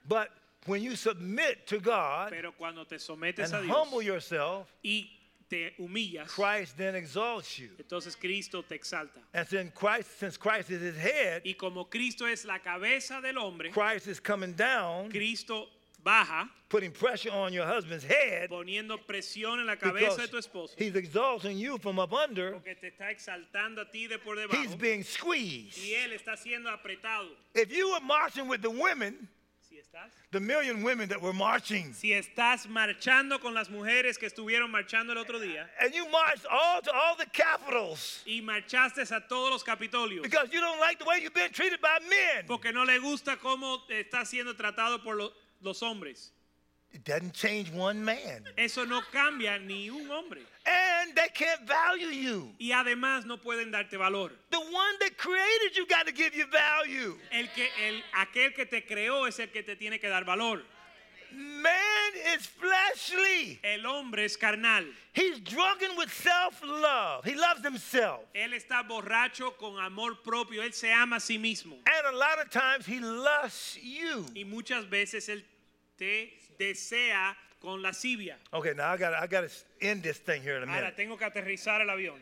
Speaker 1: But when you submit to God
Speaker 2: Pero cuando te sometes
Speaker 1: and
Speaker 2: a
Speaker 1: humble
Speaker 2: Dios
Speaker 1: yourself,
Speaker 2: y te humillas,
Speaker 1: Christ then exalts you.
Speaker 2: entonces Cristo te exalta.
Speaker 1: And since Christ, since Christ is his head,
Speaker 2: Y como Cristo es la cabeza del hombre,
Speaker 1: Christ is coming down,
Speaker 2: Cristo baja
Speaker 1: putting pressure on your husband's head
Speaker 2: poniendo presión en la cabeza de tu
Speaker 1: because
Speaker 2: esposo.
Speaker 1: he's exalting you from up under.
Speaker 2: Porque te está exaltando a ti de por
Speaker 1: He's
Speaker 2: debajo.
Speaker 1: being squeezed.
Speaker 2: Y él está siendo apretado.
Speaker 1: If you were marching with the women,
Speaker 2: Si estás?
Speaker 1: The million women that were marching.
Speaker 2: Si estás marchando con las mujeres que estuvieron marchando el otro día
Speaker 1: And you marched all to all the capitals
Speaker 2: y marchaste a todos los capitolios
Speaker 1: because you don't like the way you've been treated by men.
Speaker 2: porque no le gusta cómo está siendo tratado por lo- los hombres.
Speaker 1: It doesn't change one man.
Speaker 2: Eso no cambia ni un hombre.
Speaker 1: And they can't value you.
Speaker 2: Y además no pueden darte valor.
Speaker 1: The one that created you got to give you value.
Speaker 2: El que, el, aquel que te creó es el que te tiene que dar valor.
Speaker 1: Man is fleshly.
Speaker 2: El hombre es carnal.
Speaker 1: He's drunken with self-love. He loves himself.
Speaker 2: Él está borracho con amor propio. Él se ama a sí mismo.
Speaker 1: And a lot of times he lusts you.
Speaker 2: Y muchas veces él te desea con lascivia.
Speaker 1: Okay, now I got I got to end this thing here in a
Speaker 2: Ahora
Speaker 1: minute.
Speaker 2: tengo que aterrizar el avión.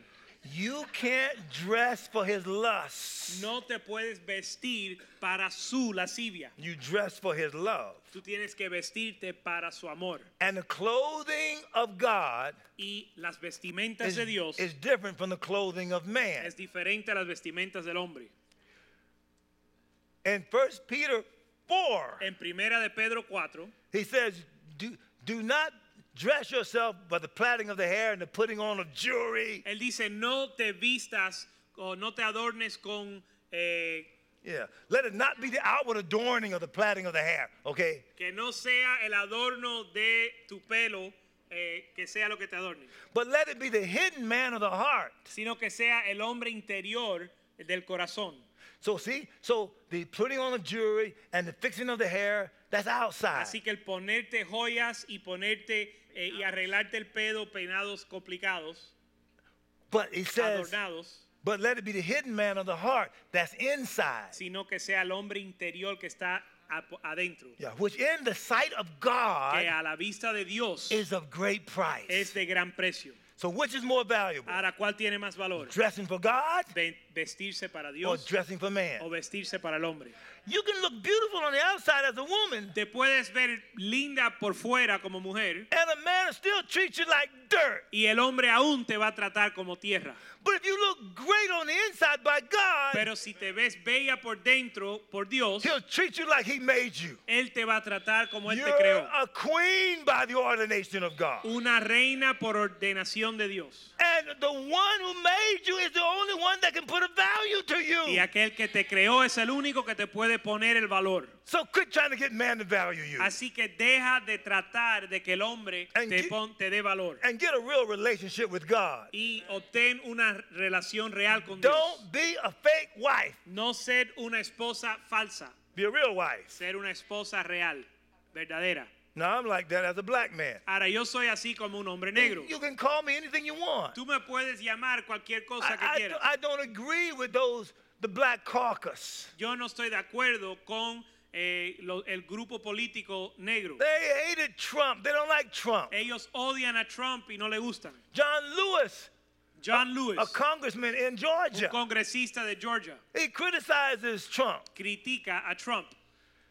Speaker 1: You can't dress for his lust.
Speaker 2: No te puedes vestir para su lascivia.
Speaker 1: You dress for his love.
Speaker 2: Tú tienes que vestirte para su amor.
Speaker 1: And the clothing of God
Speaker 2: Y las vestimentas
Speaker 1: is,
Speaker 2: de Dios
Speaker 1: is different from the clothing of man.
Speaker 2: es diferente a las vestimentas del hombre.
Speaker 1: In 1 Peter 4,
Speaker 2: En primera de Pedro 4
Speaker 1: he says, do, do not dress yourself by the plaiting of the hair and the putting on of jewelry.
Speaker 2: Él dice, no te vistas o no te adornes con... eh,
Speaker 1: Yeah. Let it not be the outward adorning of the plaiting of the hair, okay?
Speaker 2: que no sea el adorno de tu pelo eh, que sea lo que te adorne,
Speaker 1: But let it be the hidden man of the heart.
Speaker 2: sino que sea el hombre interior del corazón.
Speaker 1: So see, so the putting on of jewelry and the fixing of the hair, that's outside.
Speaker 2: Así que el ponerte joyas y ponerte eh, y arreglarte el pelo, peinados complicados,
Speaker 1: But it says,
Speaker 2: adornados,
Speaker 1: but let it be the hidden man of the heart that's inside.
Speaker 2: sino que sea el hombre interior que está ap- adentro,
Speaker 1: Yeah, which in the sight of God
Speaker 2: que a la vista de Dios
Speaker 1: is of great price.
Speaker 2: es de gran precio.
Speaker 1: so which is more valuable?
Speaker 2: Ahora, ¿cuál tiene más valor?
Speaker 1: Dressing for God
Speaker 2: Ve- vestirse para
Speaker 1: or
Speaker 2: Dios
Speaker 1: dressing for man?
Speaker 2: o vestirse para el hombre.
Speaker 1: You can look beautiful on the outside as a woman,
Speaker 2: Te puedes ver linda por fuera como mujer
Speaker 1: and a man will still treat you like dirt.
Speaker 2: y el hombre aún te va a tratar como tierra.
Speaker 1: But if you look great on the inside by God,
Speaker 2: Pero si te ves bella por dentro, por Dios,
Speaker 1: He'll treat you like He made you.
Speaker 2: Él te va a tratar como Él
Speaker 1: You're
Speaker 2: te creó.
Speaker 1: a queen by the ordination of God.
Speaker 2: Una reina por ordenación de Dios.
Speaker 1: And the one who made you is the only one that can put a value to
Speaker 2: Y
Speaker 1: you.
Speaker 2: aquel que te creó es el único que te puede poner el valor.
Speaker 1: So quit trying to get man to value you.
Speaker 2: Así que deja de tratar de que el hombre
Speaker 1: And
Speaker 2: te,
Speaker 1: gi-
Speaker 2: pon- te dé valor.
Speaker 1: And get a real relationship with God.
Speaker 2: Y obtén una relación real con Dios.
Speaker 1: Don't be a fake wife.
Speaker 2: No ser una esposa falsa.
Speaker 1: Be a real wife.
Speaker 2: ser una esposa real, verdadera.
Speaker 1: Now I'm like that as a black man.
Speaker 2: Ahora yo soy así como un hombre negro.
Speaker 1: You can call me anything you want.
Speaker 2: Tú me puedes llamar cualquier cosa
Speaker 1: I,
Speaker 2: que
Speaker 1: I, do-
Speaker 2: quieras.
Speaker 1: I don't agree with those, the black caucus.
Speaker 2: yo no estoy de acuerdo con eh, lo- el grupo político negro.
Speaker 1: They hated Trump. They don't like Trump.
Speaker 2: Ellos odian a Trump y no le gustan.
Speaker 1: John Lewis,
Speaker 2: John Lewis,
Speaker 1: a congressman in
Speaker 2: un
Speaker 1: Georgia,
Speaker 2: congresista de Georgia,
Speaker 1: he criticizes Trump.
Speaker 2: critica a Trump.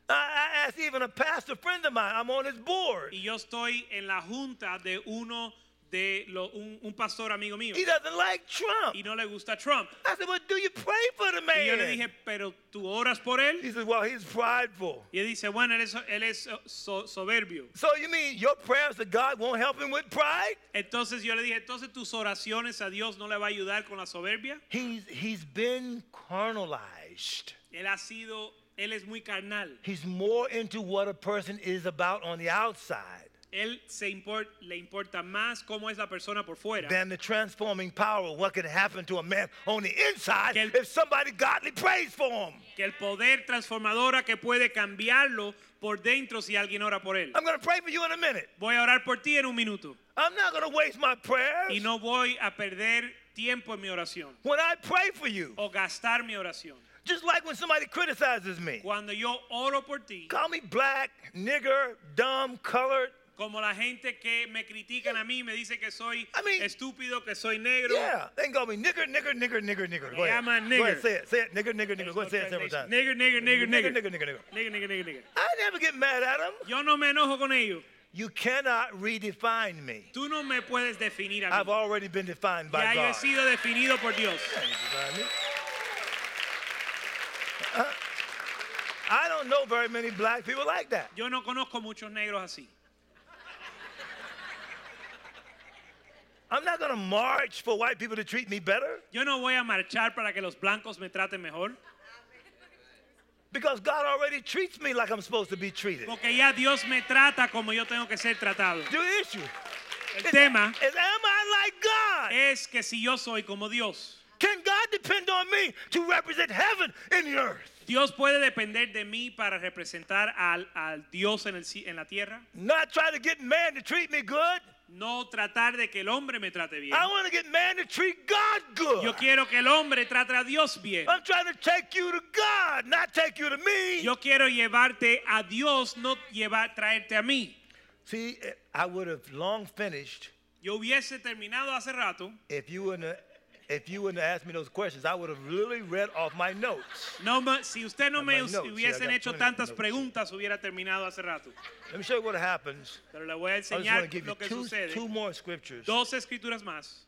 Speaker 1: I, I asked even a pastor friend of mine, I'm on his board.
Speaker 2: Y yo estoy en la junta de uno de lo- un, un pastor amigo mío
Speaker 1: He doesn't like Trump.
Speaker 2: y no le gusta Trump.
Speaker 1: I said, Well, do you pray for the
Speaker 2: Y yo le
Speaker 1: man?
Speaker 2: dije, pero tú oras por él.
Speaker 1: He said, Well, he's prideful.
Speaker 2: Y él dice, bueno, él es, él es eh, so- soberbio.
Speaker 1: So you mean your prayers to God won't help him with pride?
Speaker 2: Entonces yo le dije, entonces tus oraciones a Dios no le va a ayudar con la soberbia.
Speaker 1: He's he's been carnalized.
Speaker 2: Él ha sido, él es muy carnal.
Speaker 1: He's more into what a person is about on the outside
Speaker 2: Él se import- le importa más cómo es la persona por fuera
Speaker 1: than the transforming power of what can happen to a man on the inside
Speaker 2: Que el-
Speaker 1: if somebody godly prays for him.
Speaker 2: que el poder transformadora que puede cambiarlo por dentro si alguien ora por él.
Speaker 1: I'm gonna pray for you in a minute.
Speaker 2: Voy a orar por ti en un minuto
Speaker 1: I'm not gonna waste my prayers.
Speaker 2: y no voy a perder tiempo en mi oración
Speaker 1: when I pray for you,
Speaker 2: o gastar mi oración.
Speaker 1: just like when somebody criticizes me.
Speaker 2: Cuando yo oro por ti,
Speaker 1: Call me black, nigger, dumb, colored.
Speaker 2: Como la gente que me critican a mí, me dice que soy
Speaker 1: I mean-
Speaker 2: estúpido, que soy negro.
Speaker 1: Yeah, they can call me nigger, nigger, nigger, nigger, nigger. Go
Speaker 2: Yeah,
Speaker 1: ahead.
Speaker 2: I'm a
Speaker 1: Go ahead,
Speaker 2: nigger.
Speaker 1: say it, say it, nigger, nigger, nigger. Go ahead, say it several times.
Speaker 2: Nigger, nigger, nigger,
Speaker 1: nigger,
Speaker 2: nigger.
Speaker 1: nigger, nigger, nigger.
Speaker 2: Nigger, nigger, nigger, nigger.
Speaker 1: I never get mad at them.
Speaker 2: Yo no me enojo con ellos.
Speaker 1: You cannot redefine me.
Speaker 2: Tú no me puedes definir a
Speaker 1: I've
Speaker 2: mí.
Speaker 1: already been defined by
Speaker 2: Ya yo he
Speaker 1: God.
Speaker 2: sido definido por Dios.
Speaker 1: Can't define me. Uh, I don't don't know very many black people like that.
Speaker 2: Yo no conozco muchos negros así.
Speaker 1: I'm not going to march for white people to treat me better
Speaker 2: Yo no voy a marchar para que los blancos me traten mejor,
Speaker 1: because God already treats me like I'm supposed to be treated.
Speaker 2: porque ya Dios me trata como yo tengo que ser tratado.
Speaker 1: The issue
Speaker 2: El tema
Speaker 1: is am I like God?
Speaker 2: es que si yo soy como Dios,
Speaker 1: Can God depend on me to represent heaven in the earth?
Speaker 2: Dios puede depender de mí para representar al, al Dios en, el ci- en la tierra.
Speaker 1: Not try to get man to treat me good.
Speaker 2: No tratar de que el hombre me trate bien.
Speaker 1: I want to get man to treat God good.
Speaker 2: Yo quiero que el hombre trate a Dios bien.
Speaker 1: I'm trying to take you to God, not take you to me.
Speaker 2: Yo quiero llevarte a Dios, no llevar, traerte a mí.
Speaker 1: See, eh, I would have long finished
Speaker 2: Yo hubiese terminado hace rato.
Speaker 1: if you wouldn't have, if you wouldn't have asked me those questions. I would have really read off my notes.
Speaker 2: No, ma- si usted no
Speaker 1: And
Speaker 2: me
Speaker 1: my notes,
Speaker 2: hubiesen
Speaker 1: yeah, I got
Speaker 2: hecho
Speaker 1: plenty of
Speaker 2: tantas
Speaker 1: notes.
Speaker 2: preguntas, hubiera terminado hace rato.
Speaker 1: Let me show you what happens.
Speaker 2: Pero le voy a
Speaker 1: I just want to
Speaker 2: enseñar
Speaker 1: give you
Speaker 2: lo que
Speaker 1: two,
Speaker 2: sucede.
Speaker 1: two more scriptures.
Speaker 2: Dos escrituras más.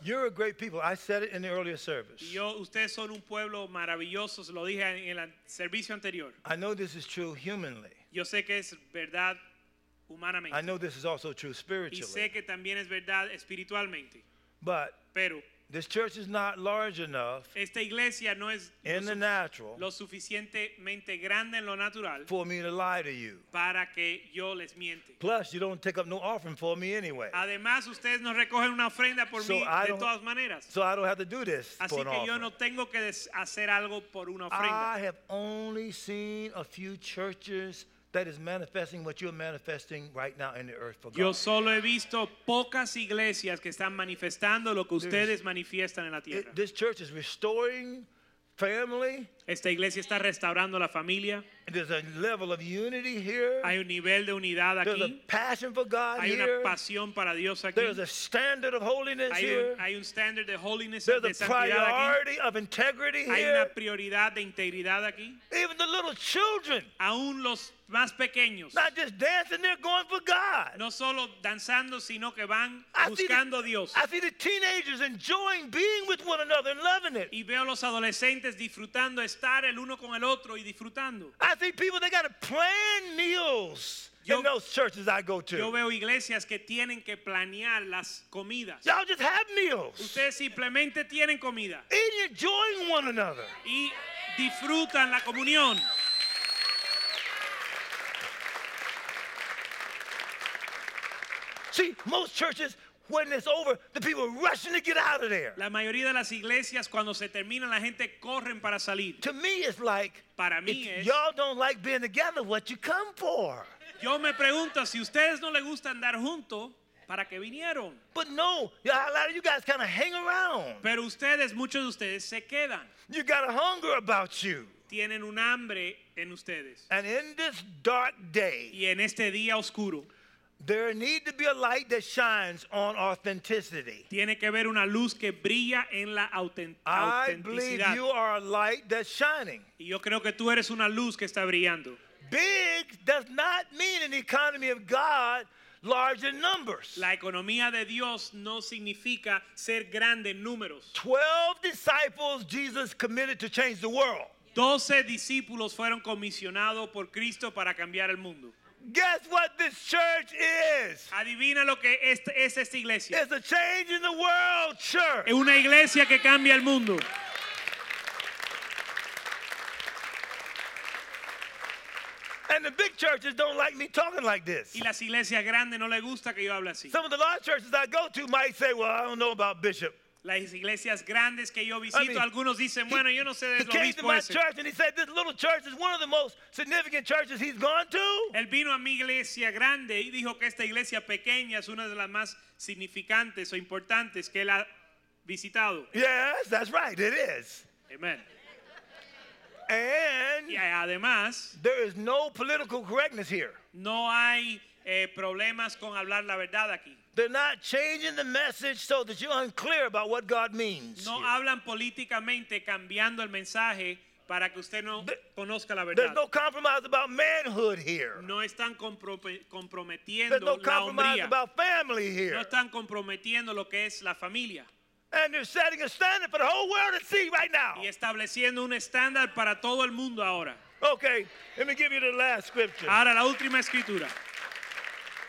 Speaker 1: You're a great people. I said it in the earlier service.
Speaker 2: Y yo, ustedes son un pueblo maravilloso, se lo dije en el an- servicio anterior.
Speaker 1: I know this is true humanly.
Speaker 2: Yo sé que es verdad
Speaker 1: I
Speaker 2: humanamente.
Speaker 1: know this is also true
Speaker 2: Y sé
Speaker 1: spiritually.
Speaker 2: que también es verdad espiritualmente.
Speaker 1: But
Speaker 2: Pero
Speaker 1: this church is not large enough
Speaker 2: esta iglesia no es lo,
Speaker 1: in the
Speaker 2: su-
Speaker 1: natural
Speaker 2: lo suficientemente grande en lo natural
Speaker 1: for me to lie to you.
Speaker 2: para que yo les miente.
Speaker 1: Plus, you don't take up no offering for me anyway.
Speaker 2: Además, ustedes nos recogen una ofrenda por
Speaker 1: So
Speaker 2: mí
Speaker 1: I
Speaker 2: de
Speaker 1: don't-
Speaker 2: todas maneras.
Speaker 1: So I don't have to do this
Speaker 2: Así
Speaker 1: for an
Speaker 2: que yo
Speaker 1: offering.
Speaker 2: no tengo que des- hacer algo por una ofrenda.
Speaker 1: I have only seen a few churches that is manifesting what you're manifesting right now in the earth for
Speaker 2: Yo
Speaker 1: God.
Speaker 2: solo he visto pocas iglesias que están manifestando lo que ustedes manifiestan en la
Speaker 1: It-
Speaker 2: tierra.
Speaker 1: this church is restoring family.
Speaker 2: Esta iglesia está restaurando la familia.
Speaker 1: There's a level of unity here.
Speaker 2: Hay un nivel de unidad
Speaker 1: There's a
Speaker 2: aquí.
Speaker 1: passion for God
Speaker 2: Hay una
Speaker 1: here.
Speaker 2: pasión para Dios aquí.
Speaker 1: There's a standard of holiness
Speaker 2: Hay
Speaker 1: here.
Speaker 2: un, hay un standard de holiness, de
Speaker 1: There's a
Speaker 2: santidad aquí.
Speaker 1: priority of integrity
Speaker 2: Hay
Speaker 1: here.
Speaker 2: una prioridad de integridad aquí.
Speaker 1: Even the little children,
Speaker 2: Aún los más pequeños,
Speaker 1: not just dancing, they're going for God.
Speaker 2: no solo danzando, sino que van
Speaker 1: I see,
Speaker 2: buscando a
Speaker 1: the,
Speaker 2: Dios.
Speaker 1: I see the teenagers enjoying being with one another and loving it.
Speaker 2: Y veo a los adolescentes disfrutando, estar el uno con el otro y disfrutando.
Speaker 1: I see people they got to plan meals
Speaker 2: Yo-
Speaker 1: in those churches I go to.
Speaker 2: Yo veo iglesias que tienen que planear las comidas.
Speaker 1: Y'all just have meals.
Speaker 2: Ustedes simplemente tienen comida
Speaker 1: And enjoying one another.
Speaker 2: y disfrutan la comunión.
Speaker 1: See, most churches, when it's over, the people are rushing to get out of there.
Speaker 2: La mayoría de las iglesias cuando se terminan la gente corren para salir.
Speaker 1: To me, it's like
Speaker 2: Para mí
Speaker 1: if
Speaker 2: es-
Speaker 1: y'all don't like being together, what you come for?
Speaker 2: Yo me pregunto si ustedes no les gusta andar juntos, ¿para qué vinieron?
Speaker 1: But no, y'all- a lot of you guys kind of hang around.
Speaker 2: Pero ustedes, muchos de ustedes se quedan.
Speaker 1: You got a hunger about you.
Speaker 2: Tienen un hambre en ustedes.
Speaker 1: And in this dark day,
Speaker 2: Y en este día oscuro
Speaker 1: there need to be a light that shines on authenticity.
Speaker 2: tiene que haber una luz que brilla en la autent-
Speaker 1: I believe
Speaker 2: autenticidad.
Speaker 1: you are a light that's shining.
Speaker 2: Y yo creo que tú eres una luz que está brillando.
Speaker 1: Big does not mean in the economy of God large in numbers.
Speaker 2: La economía de Dios no significa ser grande en números.
Speaker 1: 12 disciples Jesus committed to change the world.
Speaker 2: Doce discípulos fueron comisionados por Cristo para cambiar el mundo.
Speaker 1: Guess what this church is?
Speaker 2: Adivina lo que es, es esta iglesia.
Speaker 1: It's a change in the world
Speaker 2: Es
Speaker 1: church.
Speaker 2: una iglesia que cambia el mundo.
Speaker 1: And the big churches don't like me talking like this.
Speaker 2: Y las iglesias grandes no les gusta que yo hable así.
Speaker 1: Some of the large churches I go to might say, well, I don't know about Bishop.
Speaker 2: Las iglesias grandes que yo visito,
Speaker 1: mean,
Speaker 2: algunos dicen, bueno, yo no sé
Speaker 1: He
Speaker 2: del
Speaker 1: came to
Speaker 2: obispo
Speaker 1: my
Speaker 2: ese.
Speaker 1: church and he said, this little church is one of the most significant churches he's gone to.
Speaker 2: Él vino a mi iglesia grande y dijo que esta iglesia pequeña es una de las más significantes o importantes que él ha visitado.
Speaker 1: Yes, that's right, it is.
Speaker 2: Amén.
Speaker 1: And
Speaker 2: Y además,
Speaker 1: There is no political correctness here.
Speaker 2: no hay eh, problemas con hablar la verdad aquí.
Speaker 1: They're not changing the message so that you're unclear about what God means.
Speaker 2: No
Speaker 1: here.
Speaker 2: hablan políticamente cambiando el mensaje para que usted no
Speaker 1: The-
Speaker 2: conozca la verdad.
Speaker 1: There's no compromise about manhood here.
Speaker 2: No están compro- comprometiendo
Speaker 1: There's no
Speaker 2: la
Speaker 1: compromise
Speaker 2: hombría.
Speaker 1: about family
Speaker 2: No
Speaker 1: here.
Speaker 2: están comprometiendo lo que es la familia.
Speaker 1: And they're setting a standard for the whole world to see right now.
Speaker 2: Y estableciendo un estándar para todo el mundo ahora.
Speaker 1: Okay, let me give you the last scripture.
Speaker 2: Ahora la última escritura.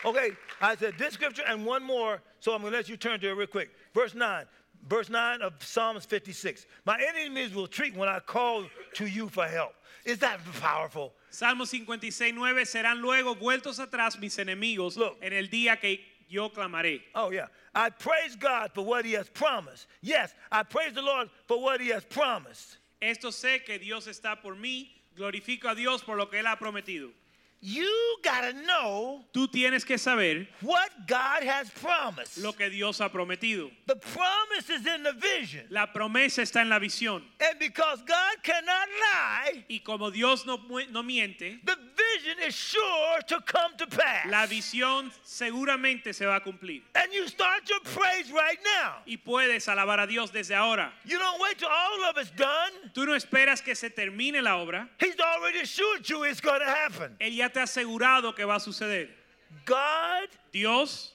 Speaker 1: Okay, I said this scripture and one more, so I'm going to let you turn to it real quick. Verse 9. Verse 9 of Psalms 56. My enemies will treat when I call to you for help. Is that powerful?
Speaker 2: Salmo 56, 9 serán luego vueltos atrás mis enemigos
Speaker 1: Look.
Speaker 2: en el día que yo clamaré.
Speaker 1: Oh, yeah. I praise God for what He has promised. Yes, I praise the Lord for what He has promised.
Speaker 2: Esto sé que Dios está por mí. Glorifico a Dios por lo que Él ha prometido.
Speaker 1: You got to know
Speaker 2: Tú tienes que saber
Speaker 1: what God has promised.
Speaker 2: lo que Dios ha prometido.
Speaker 1: The promise is in the vision.
Speaker 2: La promesa está en la visión.
Speaker 1: And because God cannot lie,
Speaker 2: Y como Dios no, mu- no miente,
Speaker 1: the vision is sure to come to pass.
Speaker 2: la visión seguramente se va a cumplir.
Speaker 1: And you start your praise right now.
Speaker 2: Y puedes alabar a Dios desde ahora.
Speaker 1: You don't wait till all of it's done.
Speaker 2: Tú no esperas que se termine la obra.
Speaker 1: He's already assured you it's going to happen.
Speaker 2: Él ya te ha asegurado que va a suceder.
Speaker 1: God
Speaker 2: Dios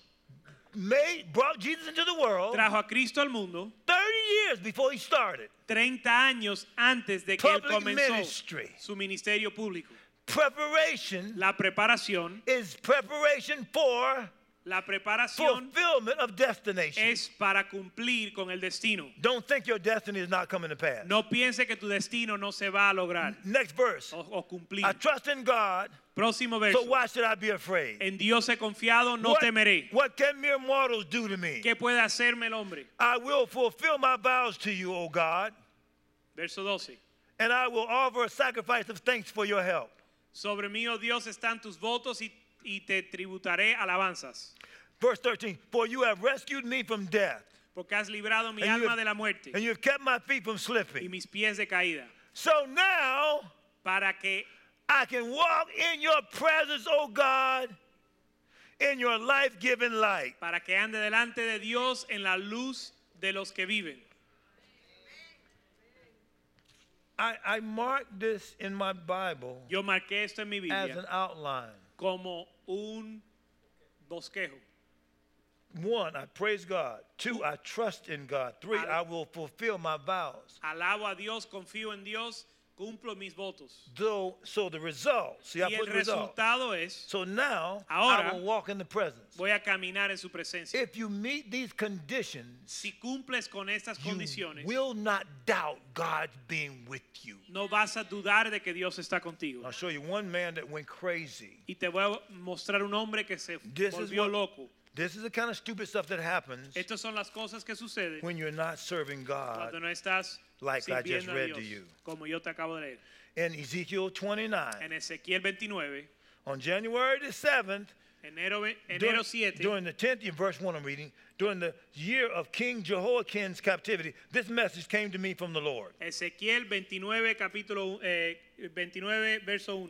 Speaker 1: made, brought Jesus into the world
Speaker 2: trajo a Cristo al mundo
Speaker 1: 30 years before he started.
Speaker 2: 30 años antes de que él
Speaker 1: Public
Speaker 2: comenzó
Speaker 1: ministry.
Speaker 2: su ministerio público.
Speaker 1: Preparation
Speaker 2: La preparación,
Speaker 1: is preparation for
Speaker 2: la preparación
Speaker 1: fulfillment of destination.
Speaker 2: es para cumplir con el destino.
Speaker 1: Don't think your destiny is not coming to pass.
Speaker 2: No piense que tu destino no se va a lograr
Speaker 1: Next verse.
Speaker 2: o, o cumplir.
Speaker 1: I trust in God,
Speaker 2: Próximo verso.
Speaker 1: so why should I be afraid?
Speaker 2: En Dios he confiado, Eh, no
Speaker 1: what,
Speaker 2: temeré.
Speaker 1: what can mere mortals do to me?
Speaker 2: ¿Qué puede hacerme el hombre?
Speaker 1: I will fulfill my vows to you, O God,
Speaker 2: Verso 12.
Speaker 1: and I will offer a sacrifice of thanks for your help.
Speaker 2: Sobre mí, oh Dios, están tus votos y, y te tributaré alabanzas,
Speaker 1: Verse 13, for you have rescued me from death,
Speaker 2: porque has librado mi
Speaker 1: And you
Speaker 2: alma
Speaker 1: have-
Speaker 2: de la muerte
Speaker 1: and you have kept my feet from
Speaker 2: y
Speaker 1: slipping.
Speaker 2: mis pies de caída,
Speaker 1: So now
Speaker 2: para que
Speaker 1: I can walk in your presence, O God, in your life giving light.
Speaker 2: para que ande delante de Dios en la luz de los que viven.
Speaker 1: I, I marked this in my Bible
Speaker 2: Yo marqué esto en mi
Speaker 1: as an
Speaker 2: Biblia
Speaker 1: outline.
Speaker 2: como un bosquejo.
Speaker 1: One, I praise God. Two, I trust in God. Three, I will fulfill my vows.
Speaker 2: Alabo a Dios, confío en Dios, cumplo mis votos.
Speaker 1: So, so the result, see, I
Speaker 2: Y el
Speaker 1: put result.
Speaker 2: resultado es,
Speaker 1: So now I
Speaker 2: Ahora-
Speaker 1: will walk in the presence.
Speaker 2: voy a caminar en su presencia.
Speaker 1: If you meet these conditions,
Speaker 2: Si cumples con estas
Speaker 1: you
Speaker 2: condiciones,
Speaker 1: will not doubt God being with you.
Speaker 2: no vas a dudar de que Dios está contigo.
Speaker 1: I'll show you one man that went crazy.
Speaker 2: Y te voy a mostrar un hombre que se
Speaker 1: This is
Speaker 2: volvió
Speaker 1: what-
Speaker 2: loco.
Speaker 1: This is the kind of stupid stuff that happens
Speaker 2: Estas son las cosas que suceden
Speaker 1: when you're not serving
Speaker 2: cuando
Speaker 1: God.
Speaker 2: no estás
Speaker 1: like I just
Speaker 2: sirviendo a
Speaker 1: read to
Speaker 2: Dios,
Speaker 1: you.
Speaker 2: como yo te acabo de leer.
Speaker 1: In Ezekiel 29,
Speaker 2: En Ezequiel 29,
Speaker 1: on January the 7th,
Speaker 2: enero, ve-
Speaker 1: during,
Speaker 2: enero 7,
Speaker 1: during the 10th year, verse 1 I'm reading, during the year of King Jehoiakim's captivity, this message came to me from the Lord.
Speaker 2: Ezequiel 29, capítulo eh, 29, verso 1.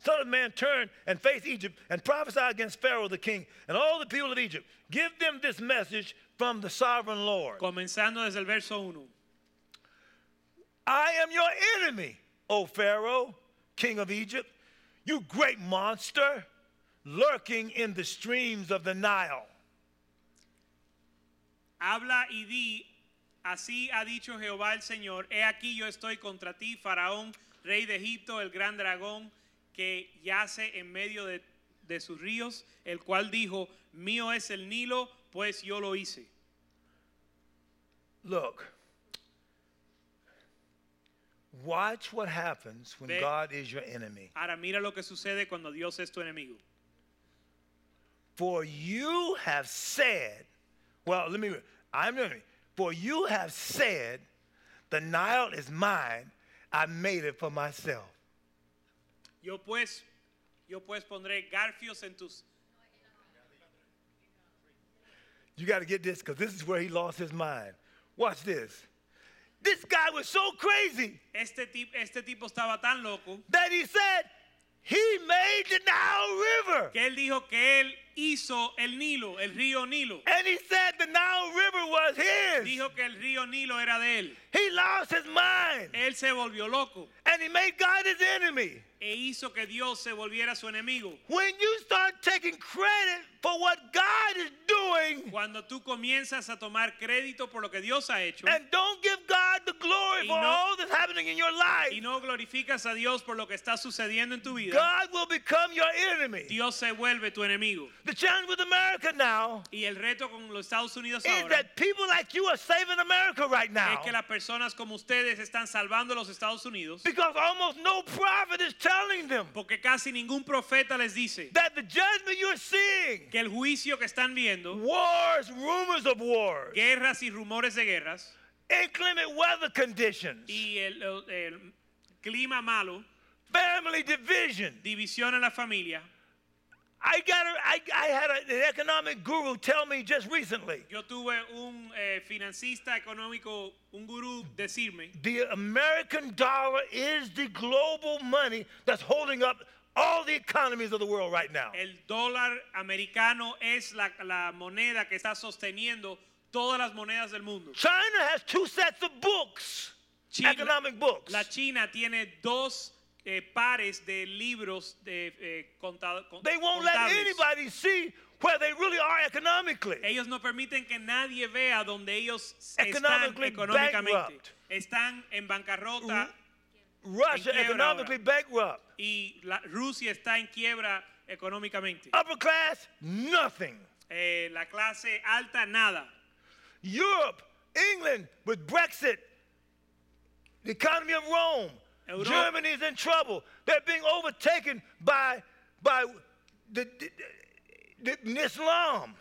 Speaker 1: Son of man, turn and face Egypt and prophesy against Pharaoh the king and all the people of Egypt. Give them this message from the sovereign Lord.
Speaker 2: Comenzando desde el verso 1.
Speaker 1: I am your enemy, O Pharaoh, king of Egypt, you great monster lurking in the streams of the Nile.
Speaker 2: Habla y di, así ha dicho Jehová el Señor, he aquí yo estoy contra ti, Faraón, rey de Egipto, el gran dragón que yace en medio de, de sus ríos, el cual dijo, mío es el Nilo, pues yo lo hice.
Speaker 1: Look, watch what happens when
Speaker 2: Ve.
Speaker 1: God is your enemy.
Speaker 2: Ahora mira lo que sucede cuando Dios es tu enemigo.
Speaker 1: For you have said, well, let me, read. I'm your enemy. For you have said, the Nile is mine, I made it for myself.
Speaker 2: Yo pues, yo pues pondré garfios en tus...
Speaker 1: You got to get this because this is where he lost his mind. Watch this. This guy was so crazy
Speaker 2: Este, tip- este tipo estaba tan loco
Speaker 1: that he said he made the Nile River.
Speaker 2: que él dijo que él hizo el Nilo, el río Nilo.
Speaker 1: And he said the Nile River was his.
Speaker 2: Dijo que el río Nilo era de él.
Speaker 1: He lost his mind
Speaker 2: Él se volvió loco
Speaker 1: and he made God his enemy.
Speaker 2: e hizo que Dios se volviera su enemigo.
Speaker 1: When you start taking credit for what God is doing
Speaker 2: Cuando tú comienzas a tomar crédito por lo que Dios ha hecho
Speaker 1: and don't give God the glory
Speaker 2: Y
Speaker 1: for
Speaker 2: no-
Speaker 1: all that's happening in your life,
Speaker 2: y no glorificas a Dios por lo que está sucediendo en tu vida,
Speaker 1: God will become your enemy.
Speaker 2: Dios se vuelve tu enemigo.
Speaker 1: The challenge with America now
Speaker 2: Y el reto con los Estados Unidos
Speaker 1: is
Speaker 2: ahora
Speaker 1: that people like you are saving America right
Speaker 2: es
Speaker 1: now.
Speaker 2: que las personas como ustedes están salvando a los Estados Unidos
Speaker 1: Because almost no prophet is telling them
Speaker 2: porque casi ningún profeta les dice
Speaker 1: that the judgment you're seeing,
Speaker 2: que el juicio que están viendo,
Speaker 1: wars, rumors of wars,
Speaker 2: guerras y rumores de guerras
Speaker 1: inclement weather conditions,
Speaker 2: y el, el- el clima malo,
Speaker 1: family division.
Speaker 2: división en la familia.
Speaker 1: I got a, I, I had a, an economic guru tell me just recently
Speaker 2: Yo tuve un eh, financista económico, un gurú, decirme
Speaker 1: the American dollar is the global money that's holding up all the economies of the world right now.
Speaker 2: El dólar americano es la, la moneda que está sosteniendo todas las monedas del mundo.
Speaker 1: China has two sets of books,
Speaker 2: China-
Speaker 1: economic books.
Speaker 2: La China tiene dos eh, pares de libros de eh, contado- con-
Speaker 1: They won't let
Speaker 2: contables.
Speaker 1: anybody see where they really are economically.
Speaker 2: Ellos no permiten que nadie vea donde ellos están
Speaker 1: Economically
Speaker 2: económicamente.
Speaker 1: bankrupt.
Speaker 2: Están en bancarrota
Speaker 1: Russia
Speaker 2: quiebra
Speaker 1: economically bankrupt.
Speaker 2: y la- Rusia está en quiebra económicamente.
Speaker 1: Upper class, nothing.
Speaker 2: Eh, la clase alta, nada.
Speaker 1: Europe, England with Brexit, the economy of Rome,
Speaker 2: Euro-
Speaker 1: Germany is in trouble. They're being overtaken by by the, the, the- the Islam.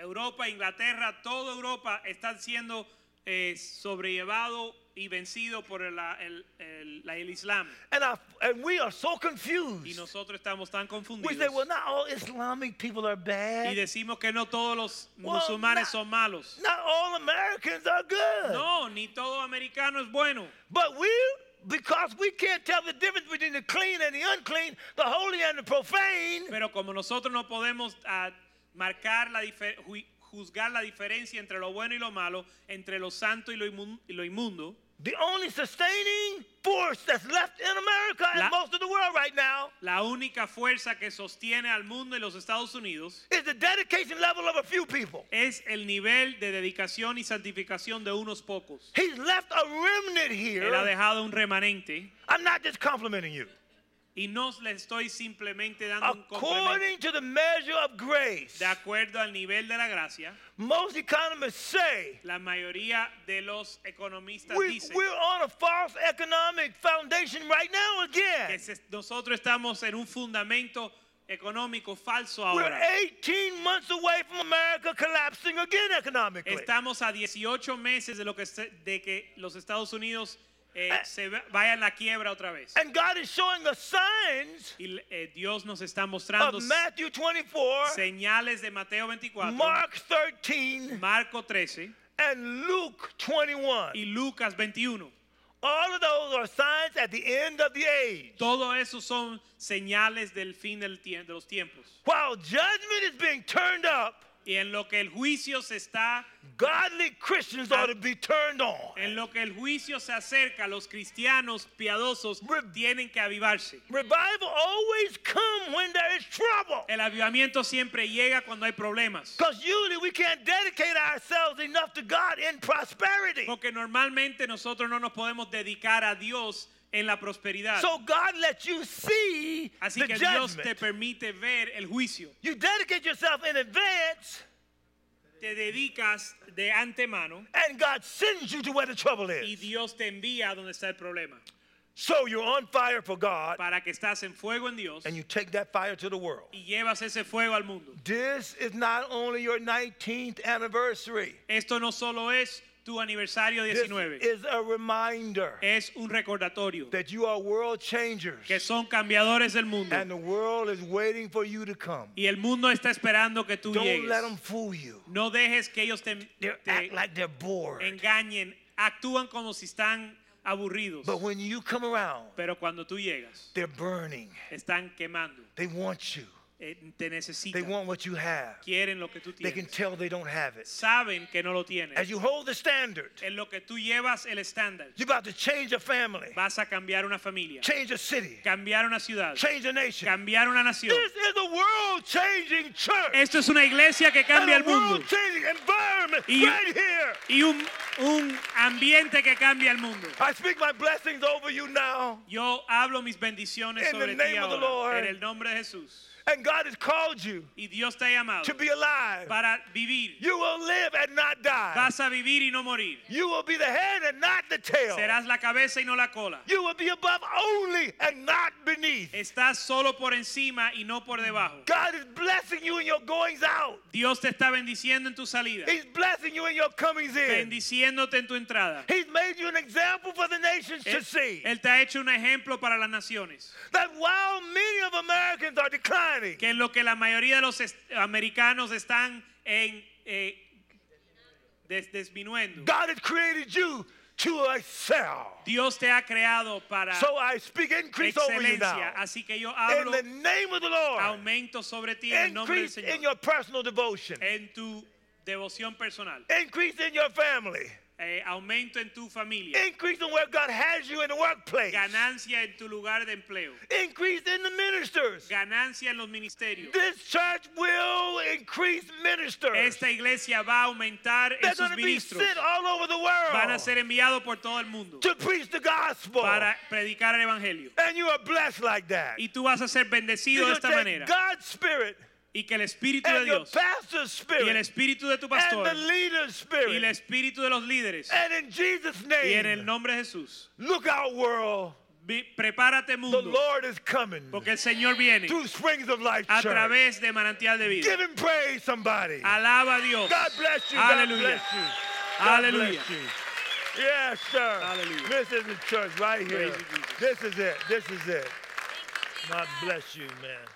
Speaker 2: Europa, Inglaterra, toda Europa están siendo eh, sobrellevado y vencido por el, el- el- la- el Islam.
Speaker 1: And, our, and we are so
Speaker 2: Y
Speaker 1: confused.
Speaker 2: nosotros estamos tan
Speaker 1: We say,
Speaker 2: confundidos.
Speaker 1: well, pues, not all Islamic people are
Speaker 2: Y
Speaker 1: bad.
Speaker 2: decimos que no todos los
Speaker 1: Well,
Speaker 2: musulmanes
Speaker 1: not-
Speaker 2: son malos.
Speaker 1: Not all Americans are good.
Speaker 2: No, ni todo americano es bueno.
Speaker 1: But we, because we can't tell the difference between the clean and the unclean, the holy and the profane,
Speaker 2: Pero como nosotros no podemos ah, marcar la dife- ju- juzgar la diferencia entre lo bueno y lo malo, entre lo santo y lo, inmun- y lo inmundo,
Speaker 1: the only sustaining force that's left in America
Speaker 2: La-
Speaker 1: and most of the world right now
Speaker 2: la única fuerza que sostiene al mundo y los Estados Unidos
Speaker 1: is the dedication level of a few people.
Speaker 2: es el nivel de dedicación y santificación de unos pocos.
Speaker 1: He's left a remnant
Speaker 2: Él
Speaker 1: here.
Speaker 2: ha dejado un remanente
Speaker 1: I'm not just complimenting you.
Speaker 2: y no le estoy simplemente dando un complemento.
Speaker 1: According to the measure of grace,
Speaker 2: De acuerdo al nivel de la gracia,
Speaker 1: most economists say
Speaker 2: la mayoría de los economistas
Speaker 1: we,
Speaker 2: dicen
Speaker 1: we're on a false economic foundation right now
Speaker 2: que
Speaker 1: again.
Speaker 2: se- nosotros estamos en un fundamento económico falso
Speaker 1: We're
Speaker 2: ahora.
Speaker 1: 18 months away from America collapsing again economically.
Speaker 2: Estamos a 18 meses de, lo que, se- de que los Estados Unidos eh,
Speaker 1: Eh.
Speaker 2: se va- vayan a la quiebra otra vez.
Speaker 1: And God is showing us signs
Speaker 2: Y eh, Dios nos está mostrando
Speaker 1: of Matthew 24,
Speaker 2: señales de Mateo 24,
Speaker 1: Mark 13,
Speaker 2: Marco 13
Speaker 1: and Luke 21.
Speaker 2: y Lucas 21.
Speaker 1: All of those are signs at the end of the age.
Speaker 2: Todo eso son señales del fin del tie- de los tiempos.
Speaker 1: While judgment is being turned up,
Speaker 2: Y en lo que el juicio se está,
Speaker 1: godly Christians ought to be turned on.
Speaker 2: en lo que el juicio se acerca, los cristianos piadosos tienen que avivarse.
Speaker 1: Revival always come when there is trouble.
Speaker 2: El avivamiento siempre llega cuando hay problemas.
Speaker 1: Because usually we can't dedicate ourselves enough to God in prosperity.
Speaker 2: Porque normalmente nosotros no nos podemos dedicar a Dios en la prosperidad.
Speaker 1: So God lets you see
Speaker 2: Así
Speaker 1: the
Speaker 2: que Dios te
Speaker 1: judgment.
Speaker 2: permite ver el juicio.
Speaker 1: You dedicate yourself in advance,
Speaker 2: Te dedicas de antemano
Speaker 1: and God sends you to where the trouble
Speaker 2: y
Speaker 1: is.
Speaker 2: Dios te envía a donde está el problema.
Speaker 1: So you're on fire for God,
Speaker 2: Para que estás en fuego en Dios
Speaker 1: and you take that fire to the world.
Speaker 2: y llevas ese fuego al mundo.
Speaker 1: This is not only your 19th anniversary.
Speaker 2: Esto no solo es tu aniversario
Speaker 1: This
Speaker 2: 19,
Speaker 1: is a reminder
Speaker 2: es un recordatorio
Speaker 1: that you are world changers,
Speaker 2: que son cambiadores del mundo
Speaker 1: and the world is waiting for you to come.
Speaker 2: y el mundo está esperando que tú
Speaker 1: Don't let them
Speaker 2: llegues.
Speaker 1: fool you.
Speaker 2: No dejes que ellos te,
Speaker 1: They
Speaker 2: te
Speaker 1: act like they're bored.
Speaker 2: engañen, actúan como si están aburridos,
Speaker 1: But when you come around,
Speaker 2: pero cuando tú llegas
Speaker 1: they're burning.
Speaker 2: están quemando,
Speaker 1: They want you.
Speaker 2: eh, te
Speaker 1: They
Speaker 2: necesitan.
Speaker 1: want what you have.
Speaker 2: Quieren lo que tú
Speaker 1: They can
Speaker 2: tienes.
Speaker 1: tell they don't have it.
Speaker 2: Saben que no lo
Speaker 1: As
Speaker 2: tienes.
Speaker 1: you hold the standard,
Speaker 2: En lo que tú llevas el estándar,
Speaker 1: you're about to change a family,
Speaker 2: vas a cambiar una familia,
Speaker 1: change a city,
Speaker 2: cambiar una ciudad,
Speaker 1: change a nation.
Speaker 2: cambiar una nación.
Speaker 1: This is a world changing church.
Speaker 2: Esto es una iglesia que cambia el
Speaker 1: and a
Speaker 2: mundo
Speaker 1: world changing environment
Speaker 2: Y-
Speaker 1: right here.
Speaker 2: y un, un ambiente que cambia el mundo.
Speaker 1: I speak my blessings over you now.
Speaker 2: Yo hablo mis bendiciones
Speaker 1: In
Speaker 2: sobre
Speaker 1: the
Speaker 2: ti
Speaker 1: name of the Lord.
Speaker 2: ahora, en el nombre de Jesús.
Speaker 1: And God has called you
Speaker 2: Y Dios te ha llamado
Speaker 1: to be alive.
Speaker 2: para vivir.
Speaker 1: You will live and not die.
Speaker 2: Vas a vivir y no morir.
Speaker 1: You will be the head and not the tail.
Speaker 2: Serás la cabeza y no la cola.
Speaker 1: You will be above only and not beneath.
Speaker 2: Estás solo por encima y no por debajo.
Speaker 1: God is blessing you in your goings out.
Speaker 2: Dios te está bendiciendo en tu salida,
Speaker 1: He's blessing you in your comings in.
Speaker 2: bendiciéndote en tu entrada.
Speaker 1: He's made you an example for the nations to
Speaker 2: Él,
Speaker 1: see.
Speaker 2: Él te ha hecho un ejemplo para las naciones,
Speaker 1: That while many of Americans are declining,
Speaker 2: que es lo que la mayoría de los est- americanos están en eh, des- disminuyendo.
Speaker 1: God has created you to excel.
Speaker 2: Dios te ha creado para
Speaker 1: So I speak increase over you
Speaker 2: excelencia,
Speaker 1: now.
Speaker 2: así que yo
Speaker 1: In
Speaker 2: hablo
Speaker 1: the name of the Lord,
Speaker 2: aumento sobre ti en el nombre del
Speaker 1: increase
Speaker 2: Señor, Eh.
Speaker 1: in your personal devotion,
Speaker 2: en tu devoción personal,
Speaker 1: increase in your family,
Speaker 2: eh, aumento en tu familia,
Speaker 1: increase in where God has you in the workplace,
Speaker 2: ganancia en tu lugar de empleo,
Speaker 1: increase in the ministers.
Speaker 2: ganancia en los ministerios.
Speaker 1: This church will increase ministers.
Speaker 2: Esta iglesia va a aumentar en
Speaker 1: They're
Speaker 2: sus
Speaker 1: going to be
Speaker 2: ministros.
Speaker 1: sent all over the
Speaker 2: Van a
Speaker 1: world
Speaker 2: ser enviados por todo el mundo
Speaker 1: to preach the gospel.
Speaker 2: para predicar el evangelio.
Speaker 1: And you are blessed like that.
Speaker 2: Y tú vas a ser
Speaker 1: You
Speaker 2: bendecido de
Speaker 1: just
Speaker 2: esta
Speaker 1: take
Speaker 2: manera.
Speaker 1: God's spirit
Speaker 2: Y que el espíritu de
Speaker 1: and your
Speaker 2: Dios
Speaker 1: pastor's
Speaker 2: y
Speaker 1: spirit
Speaker 2: el espíritu de tu
Speaker 1: and
Speaker 2: pastor
Speaker 1: the leader's
Speaker 2: y el
Speaker 1: spirit.
Speaker 2: espíritu de los líderes
Speaker 1: And in Jesus'
Speaker 2: y en el
Speaker 1: name,
Speaker 2: nombre de Jesús.
Speaker 1: look out, world.
Speaker 2: Vi- Prepárate
Speaker 1: The
Speaker 2: mundo
Speaker 1: Lord is coming
Speaker 2: porque el Señor viene
Speaker 1: through springs of life.
Speaker 2: a
Speaker 1: Church.
Speaker 2: través de manantial de vida.
Speaker 1: Give him praise, somebody.
Speaker 2: Alaba a Dios.
Speaker 1: God bless you. God
Speaker 2: Hallelujah.
Speaker 1: bless you. God
Speaker 2: Hallelujah.
Speaker 1: bless you. Yes, sir.
Speaker 2: Hallelujah.
Speaker 1: This is the church right here.
Speaker 2: Praise you, Jesus.
Speaker 1: This is it. This is it. God bless you, man.